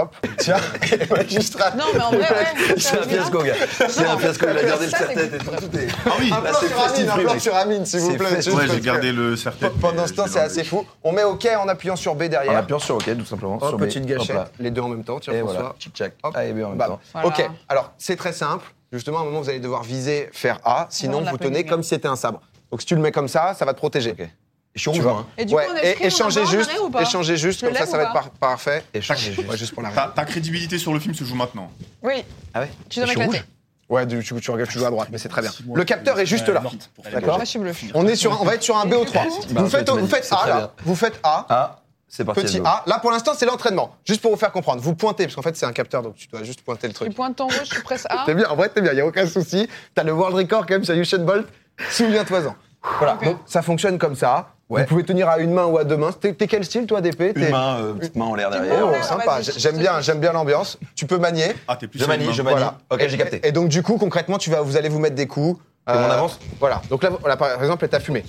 Speaker 1: Hop, tiens, et le magistrat.
Speaker 4: Non, mais en vrai, ouais.
Speaker 3: C'est un fiasco, gars. C'est un fiasco. Il a gardé le
Speaker 4: Ça, c'est
Speaker 3: serre-tête et tout. tout est-
Speaker 6: Ah oui.
Speaker 1: Un
Speaker 3: Là,
Speaker 1: plan
Speaker 3: bah, c'est
Speaker 1: sur Amine,
Speaker 3: festif,
Speaker 1: un plan
Speaker 3: mec.
Speaker 1: sur Amine, s'il vous
Speaker 3: C'est
Speaker 1: plaît.
Speaker 3: festif.
Speaker 1: juste
Speaker 6: Ouais,
Speaker 1: parce
Speaker 6: j'ai
Speaker 1: que
Speaker 6: gardé le
Speaker 1: pe-
Speaker 6: serre-tête.
Speaker 1: Pendant
Speaker 6: mais
Speaker 1: ce
Speaker 6: je
Speaker 1: temps,
Speaker 6: vais
Speaker 1: c'est assez
Speaker 6: l'enlever.
Speaker 1: fou. On met OK en appuyant sur B
Speaker 3: En
Speaker 1: derrière.
Speaker 3: appuyant sur OK, tout simplement.
Speaker 1: Hop,
Speaker 3: sur B.
Speaker 1: Oh, petite
Speaker 3: Hop là.
Speaker 1: gâchette. Les deux en même temps, tiens,
Speaker 3: Et
Speaker 1: François.
Speaker 3: voilà, tchic tchac.
Speaker 1: Hop.
Speaker 3: A et B en même
Speaker 1: Bam.
Speaker 3: temps.
Speaker 4: Voilà.
Speaker 1: Ok, alors c'est très simple. Justement, à un moment, vous allez devoir viser, faire A. Sinon,
Speaker 4: on l'a
Speaker 1: vous
Speaker 4: pas
Speaker 1: tenez
Speaker 4: mis,
Speaker 1: comme si c'était un sabre. Donc, si tu le mets comme ça, ça va te protéger.
Speaker 3: Ok. Je suis
Speaker 1: Tu
Speaker 3: rouge,
Speaker 1: vois.
Speaker 3: moi, hein.
Speaker 4: Et du coup, on est
Speaker 1: et,
Speaker 4: pris, on
Speaker 1: échangez
Speaker 4: a le droit
Speaker 1: juste,
Speaker 4: d'en aller ou pas
Speaker 1: échangez juste,
Speaker 4: Je
Speaker 1: comme ça,
Speaker 4: lève
Speaker 1: ça
Speaker 4: ou
Speaker 1: va être
Speaker 4: pas
Speaker 1: par- parfait.
Speaker 3: Et je suis
Speaker 1: Ouais,
Speaker 3: juste.
Speaker 1: juste pour la
Speaker 6: Ta, ta crédibilité sur le film se joue maintenant.
Speaker 4: Oui,
Speaker 3: Ah ouais
Speaker 4: tu dois
Speaker 3: Je suis
Speaker 4: m'éclater.
Speaker 3: rouge.
Speaker 1: Ouais, du- tu, tu regardes, tu joues à droite, mais c'est très bien. Le capteur est juste
Speaker 5: Ouais,
Speaker 1: là.
Speaker 5: morte. Elle est
Speaker 1: D'accord.
Speaker 4: Moi, je suis bleu.
Speaker 1: On est sur, un- on va être sur un
Speaker 4: Et
Speaker 1: BO3.
Speaker 4: du coup
Speaker 3: Bah,
Speaker 1: Vous
Speaker 3: en fait,
Speaker 1: faites, vous
Speaker 3: magnifique,
Speaker 1: faites
Speaker 3: c'est
Speaker 1: A
Speaker 3: très
Speaker 1: là.
Speaker 3: bien.
Speaker 1: Vous faites A.
Speaker 3: Ah, c'est parti.
Speaker 1: Petit
Speaker 3: let's go.
Speaker 1: A. Là, pour l'instant, c'est l'entraînement. Juste pour vous faire comprendre. Vous pointez, parce qu'en fait, c'est un capteur, donc tu dois juste pointer le
Speaker 4: Tu
Speaker 1: truc.
Speaker 4: pointes en rouge, tu presses A.
Speaker 1: T'es bien, en vrai, t'es bien, y a aucun souci. T'as le world record quand même sur Usain Bolt. Souviens-toi-en. Voilà,
Speaker 4: Ok.
Speaker 1: donc ça fonctionne comme ça. Vous pouvez tenir à une main ou à deux mains. T'es t'es quel style, toi, d'épée T'es-
Speaker 3: Une main, euh, petite main en l'air
Speaker 1: Oh,
Speaker 4: Ouais,
Speaker 3: derrière.
Speaker 4: ouais,
Speaker 1: sympa.
Speaker 4: vas-y, je-
Speaker 1: J'aime
Speaker 4: je-
Speaker 1: bien, j'aime bien l'ambiance. Tu peux manier.
Speaker 6: Ah, t'es plus
Speaker 3: Je
Speaker 6: sur une
Speaker 3: manie,
Speaker 6: main.
Speaker 3: je manie. Ok,
Speaker 1: Et-
Speaker 3: j'ai capté.
Speaker 1: Et, et donc, du coup, concrètement, tu vas, vous allez vous mettre des coups. Euh,
Speaker 3: Et on avance
Speaker 1: Voilà. Donc là, voilà, par exemple, elle t'a fumé.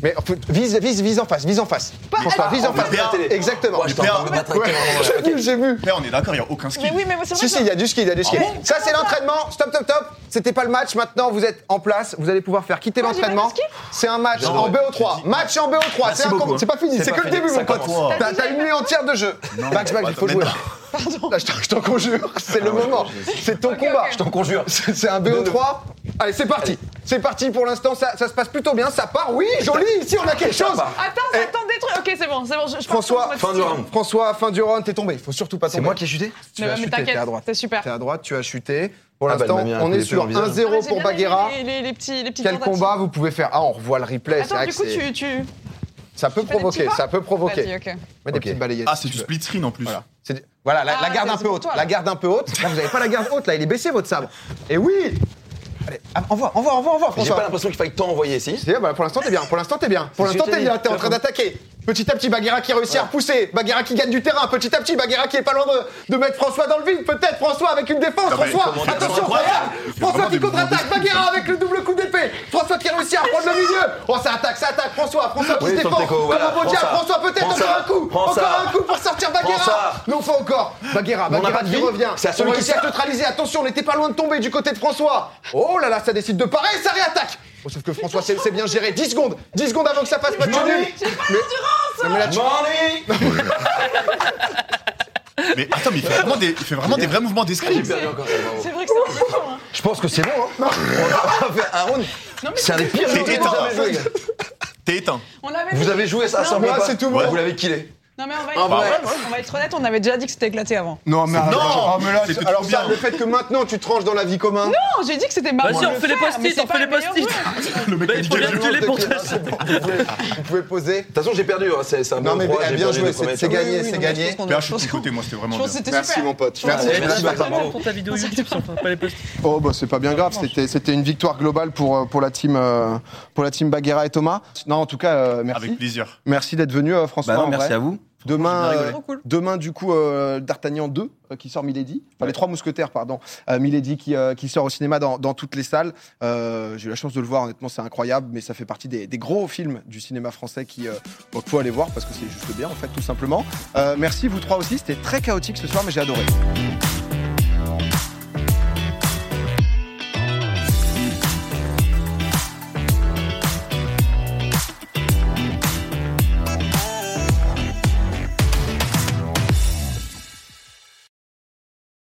Speaker 1: Mais en fait, vise, vise, vise en face, vise en face.
Speaker 4: Ah,
Speaker 1: François, vise en
Speaker 3: on va
Speaker 1: face.
Speaker 3: faire la télé.
Speaker 1: Exactement.
Speaker 3: Ouais, j'étais en train de me battre avec
Speaker 1: Ouais.
Speaker 3: quelqu'un, ouais, ok.
Speaker 1: J'ai vu.
Speaker 6: Mais on est d'accord, il n'y a aucun skill.
Speaker 4: Mais oui, mais c'est
Speaker 1: Si,
Speaker 4: vrai
Speaker 1: si, il y a du ski, il y a du ski.
Speaker 6: Ah
Speaker 1: Ça, c'est l'entraînement. Stop, stop, stop. C'était pas le match. Maintenant, vous êtes en place. Vous allez pouvoir faire quitter
Speaker 4: Pourquoi j'ai pas
Speaker 1: l'entraînement.
Speaker 4: de ski
Speaker 1: C'est un match
Speaker 3: Non,
Speaker 1: en
Speaker 3: ouais.
Speaker 1: BO3. Match en BO3. C'est un
Speaker 3: beaucoup,
Speaker 1: com-
Speaker 3: hein.
Speaker 1: C'est pas fini.
Speaker 3: C'est
Speaker 1: C'est
Speaker 3: pas
Speaker 1: que le
Speaker 3: fini,
Speaker 1: début,
Speaker 3: ça
Speaker 1: mon pote.
Speaker 3: commence.
Speaker 1: T'as t'as une nuit entière de jeu.
Speaker 6: Non,
Speaker 1: Max, Max,
Speaker 6: attends,
Speaker 1: il faut
Speaker 6: mais
Speaker 1: jouer.
Speaker 6: non.
Speaker 1: Là, je t'en- je t'en conjure. C'est
Speaker 3: Ah
Speaker 1: le moment. C'est ton combat.
Speaker 3: Je t'en conjure.
Speaker 1: C'est c'est un BO3. Allez, c'est parti. C'est parti pour l'instant. Ça, ça se passe plutôt bien. Ça part. Oui, joli. Ici, on a quelque chose.
Speaker 4: Attends, j'attends des trucs. Ok, c'est bon, c'est bon. Je, je pars sur
Speaker 1: François,
Speaker 4: votre
Speaker 3: fin du
Speaker 4: style.
Speaker 3: round.
Speaker 1: François, fin du round, t'es tombé. Faut surtout pas tomber.
Speaker 3: C'est moi qui ai chuté
Speaker 1: Tu
Speaker 4: Mais,
Speaker 1: as
Speaker 4: mais
Speaker 1: chuté,
Speaker 4: t'inquiète,
Speaker 1: t'es à droite.
Speaker 4: c'est super.
Speaker 1: T'es à droite, tu as chuté. Pour
Speaker 3: Ah bah, elle
Speaker 1: l'instant,
Speaker 3: m'a mis un
Speaker 1: on
Speaker 3: coup d'épée
Speaker 1: est
Speaker 3: dans
Speaker 1: sur
Speaker 3: le visage.
Speaker 4: Ah, j'ai
Speaker 1: 1-0 pour
Speaker 4: bien aimé
Speaker 1: Bagheera.
Speaker 4: Les, les, les petits, les petites
Speaker 1: Quel
Speaker 4: tentatives.
Speaker 1: combat vous pouvez faire Ah, on revoit le replay. c'est
Speaker 4: Attends,
Speaker 1: vrai
Speaker 4: du
Speaker 1: que
Speaker 4: coup,
Speaker 1: c'est-
Speaker 4: tu, tu...
Speaker 1: Ça peut
Speaker 4: fais des
Speaker 1: provoquer,
Speaker 4: petits pas
Speaker 1: ça peut provoquer.
Speaker 4: Vas-y, ok.
Speaker 1: Mets des
Speaker 3: Ok.
Speaker 1: petites balayettes.
Speaker 6: Ah,
Speaker 1: si
Speaker 6: c'est
Speaker 1: tu
Speaker 6: du
Speaker 1: veux.
Speaker 6: split screen en plus.
Speaker 1: Voilà, C'est du- voilà, la,
Speaker 4: Ah,
Speaker 1: la garde
Speaker 4: c'est-
Speaker 1: un
Speaker 4: c'est
Speaker 1: peu
Speaker 4: pour
Speaker 1: haute.
Speaker 4: toi, là.
Speaker 1: la garde un peu haute. Là, vous n'avez pas la garde haute, là, il est baissé votre sabre. Et oui Allez, ah, envoie, envoie, envoie, envoie,
Speaker 3: J'ai
Speaker 1: François.
Speaker 3: pas l'impression qu'il faille tant envoyer ici.
Speaker 1: C'est bien, voilà, pour l'instant t'es bien, pour l'instant t'es bien, pour
Speaker 3: C'est ce
Speaker 1: l'instant
Speaker 3: que
Speaker 1: t'es
Speaker 3: j'ai
Speaker 1: bien,
Speaker 3: dit.
Speaker 1: t'es en train d'attaquer. Petit à petit, Baguera qui réussit à repousser, Baguera qui gagne du terrain, petit à petit, Baguera qui est pas loin de, de mettre François dans le vide, peut-être François avec une défense,
Speaker 6: Non, mais
Speaker 1: François,
Speaker 6: comment dire,
Speaker 1: attention,
Speaker 6: comment dire,
Speaker 1: regarde
Speaker 6: il fait
Speaker 1: François
Speaker 6: vraiment
Speaker 1: qui
Speaker 6: des mouvements
Speaker 1: contre-attaque,
Speaker 6: d'esprit,
Speaker 1: Baguera avec le double coup d'épée, François qui réussit à prendre le milieu, oh ça attaque, ça attaque, François, François qui
Speaker 3: Oui,
Speaker 1: se
Speaker 3: sur le
Speaker 1: défend,
Speaker 3: déco,
Speaker 1: Comment
Speaker 3: voilà,
Speaker 1: on va dire,
Speaker 3: prends ça.
Speaker 1: François peut-être
Speaker 3: Prends
Speaker 1: encore
Speaker 3: ça.
Speaker 1: un coup,
Speaker 3: Prends
Speaker 1: encore
Speaker 3: ça.
Speaker 1: un coup pour sortir
Speaker 3: Prends
Speaker 1: Baguera,
Speaker 3: ça.
Speaker 1: non faut encore, Baguera,
Speaker 3: Mais on n'a
Speaker 1: Baguera
Speaker 3: pas de
Speaker 1: qui
Speaker 3: vie.
Speaker 1: revient,
Speaker 3: C'est à
Speaker 1: on
Speaker 3: celui qui
Speaker 1: réussit à
Speaker 3: sort.
Speaker 1: neutraliser, attention on était pas loin de tomber du côté de François, oh là là ça décide de parer, ça réattaque Oh, Sauf que François, c'est c'est bien géré. 10 secondes 10 secondes avant que ça fasse match
Speaker 3: Je
Speaker 1: nul
Speaker 3: m'ennuie.
Speaker 1: Mais- Non, mais là, tu-
Speaker 3: Money
Speaker 6: Mais attends, mais il fait vraiment des, il fait vraiment des vrais mouvements
Speaker 3: J'ai
Speaker 1: Ah,
Speaker 6: d'escrime.
Speaker 3: perdu encore. bravo.
Speaker 4: C'est vrai que c'est un peu long, hein.
Speaker 3: Je pense que c'est bon. hein. On va faire un round. C'est un des pires jeux que j'ai
Speaker 6: c'est
Speaker 3: jamais
Speaker 6: étonnant.
Speaker 3: joué.
Speaker 6: T'es éteint.
Speaker 4: On l'avait
Speaker 3: Vous
Speaker 4: dit.
Speaker 3: avez joué à ça
Speaker 4: Non,
Speaker 3: sans
Speaker 4: mais-
Speaker 1: moi,
Speaker 3: pas.
Speaker 1: c'est tout
Speaker 6: bon.
Speaker 3: Vous l'avez killé.
Speaker 4: Non, mais on va,
Speaker 3: Ah,
Speaker 4: être... on va être honnête, on avait déjà dit que c'était éclaté avant.
Speaker 1: Non, mais
Speaker 6: Non,
Speaker 1: ah, mais là,
Speaker 6: c'était
Speaker 1: c'est- alors
Speaker 6: trop
Speaker 1: ça,
Speaker 6: bien.
Speaker 1: le fait que maintenant tu tranches dans la vie commune.
Speaker 4: Non, j'ai dit que c'était marrant.
Speaker 5: Vas-y,
Speaker 4: de
Speaker 5: on
Speaker 4: le
Speaker 5: fait les
Speaker 4: faire, mais
Speaker 5: post-it,
Speaker 4: c'est
Speaker 5: on
Speaker 4: pas
Speaker 5: fait les
Speaker 4: le meilleur
Speaker 5: post-it.
Speaker 4: jeu.
Speaker 6: Le mec,
Speaker 5: Mais
Speaker 6: il
Speaker 5: faut
Speaker 6: gagne.
Speaker 5: bien gueuler pour
Speaker 1: Vous
Speaker 5: ça.
Speaker 1: pouvez- vous pouvez poser.
Speaker 3: De toute façon, j'ai perdu. hein. C'est c'est un
Speaker 1: Non,
Speaker 3: bon
Speaker 1: mais
Speaker 3: droit,
Speaker 1: bien-
Speaker 3: j'ai
Speaker 1: bien
Speaker 3: perdu
Speaker 1: joué,
Speaker 3: les
Speaker 1: c'est-
Speaker 3: premiers
Speaker 1: c'est
Speaker 3: tours.
Speaker 1: gagné.
Speaker 4: Oui, oui,
Speaker 1: c'est
Speaker 4: non, mais
Speaker 1: gagné.
Speaker 4: je pense qu'on-
Speaker 6: Là, je
Speaker 4: je
Speaker 6: suis de
Speaker 4: pense
Speaker 6: ton
Speaker 4: qu'on-
Speaker 6: côté, moi, c'était
Speaker 4: je
Speaker 6: vraiment
Speaker 4: pense que
Speaker 6: bien.
Speaker 4: c'était
Speaker 1: Merci
Speaker 4: super.
Speaker 1: mon pote.
Speaker 5: Je pense que c'est
Speaker 3: Merci,
Speaker 5: pas
Speaker 3: Benjamin.
Speaker 5: pour ta vidéo YouTube, enfin, pas les post
Speaker 1: Oh bah c'est pas bien grave, c'était c'était une victoire globale pour euh, pour la team euh, pour la team Baguera et Thomas. Non en tout cas euh, merci.
Speaker 6: Avec plaisir.
Speaker 1: Merci d'être venu euh, François.
Speaker 3: Bah non,
Speaker 1: en
Speaker 3: merci
Speaker 1: vrai.
Speaker 3: à vous.
Speaker 1: Demain,
Speaker 6: J'ai bien
Speaker 1: euh,
Speaker 4: Trop cool.
Speaker 1: demain du coup, euh, D'Artagnan 2 euh, qui sort Milady, enfin les trois mousquetaires, pardon, Euh, Milady qui, euh, qui sort au cinéma dans, dans toutes les salles. Euh, J'ai eu la chance de le voir, honnêtement c'est incroyable, mais ça fait partie des, des gros films du cinéma français qui euh, bon, qu'il faut aller voir parce que c'est juste bien en fait tout simplement. Euh, merci vous trois aussi, c'était très chaotique ce soir mais j'ai adoré.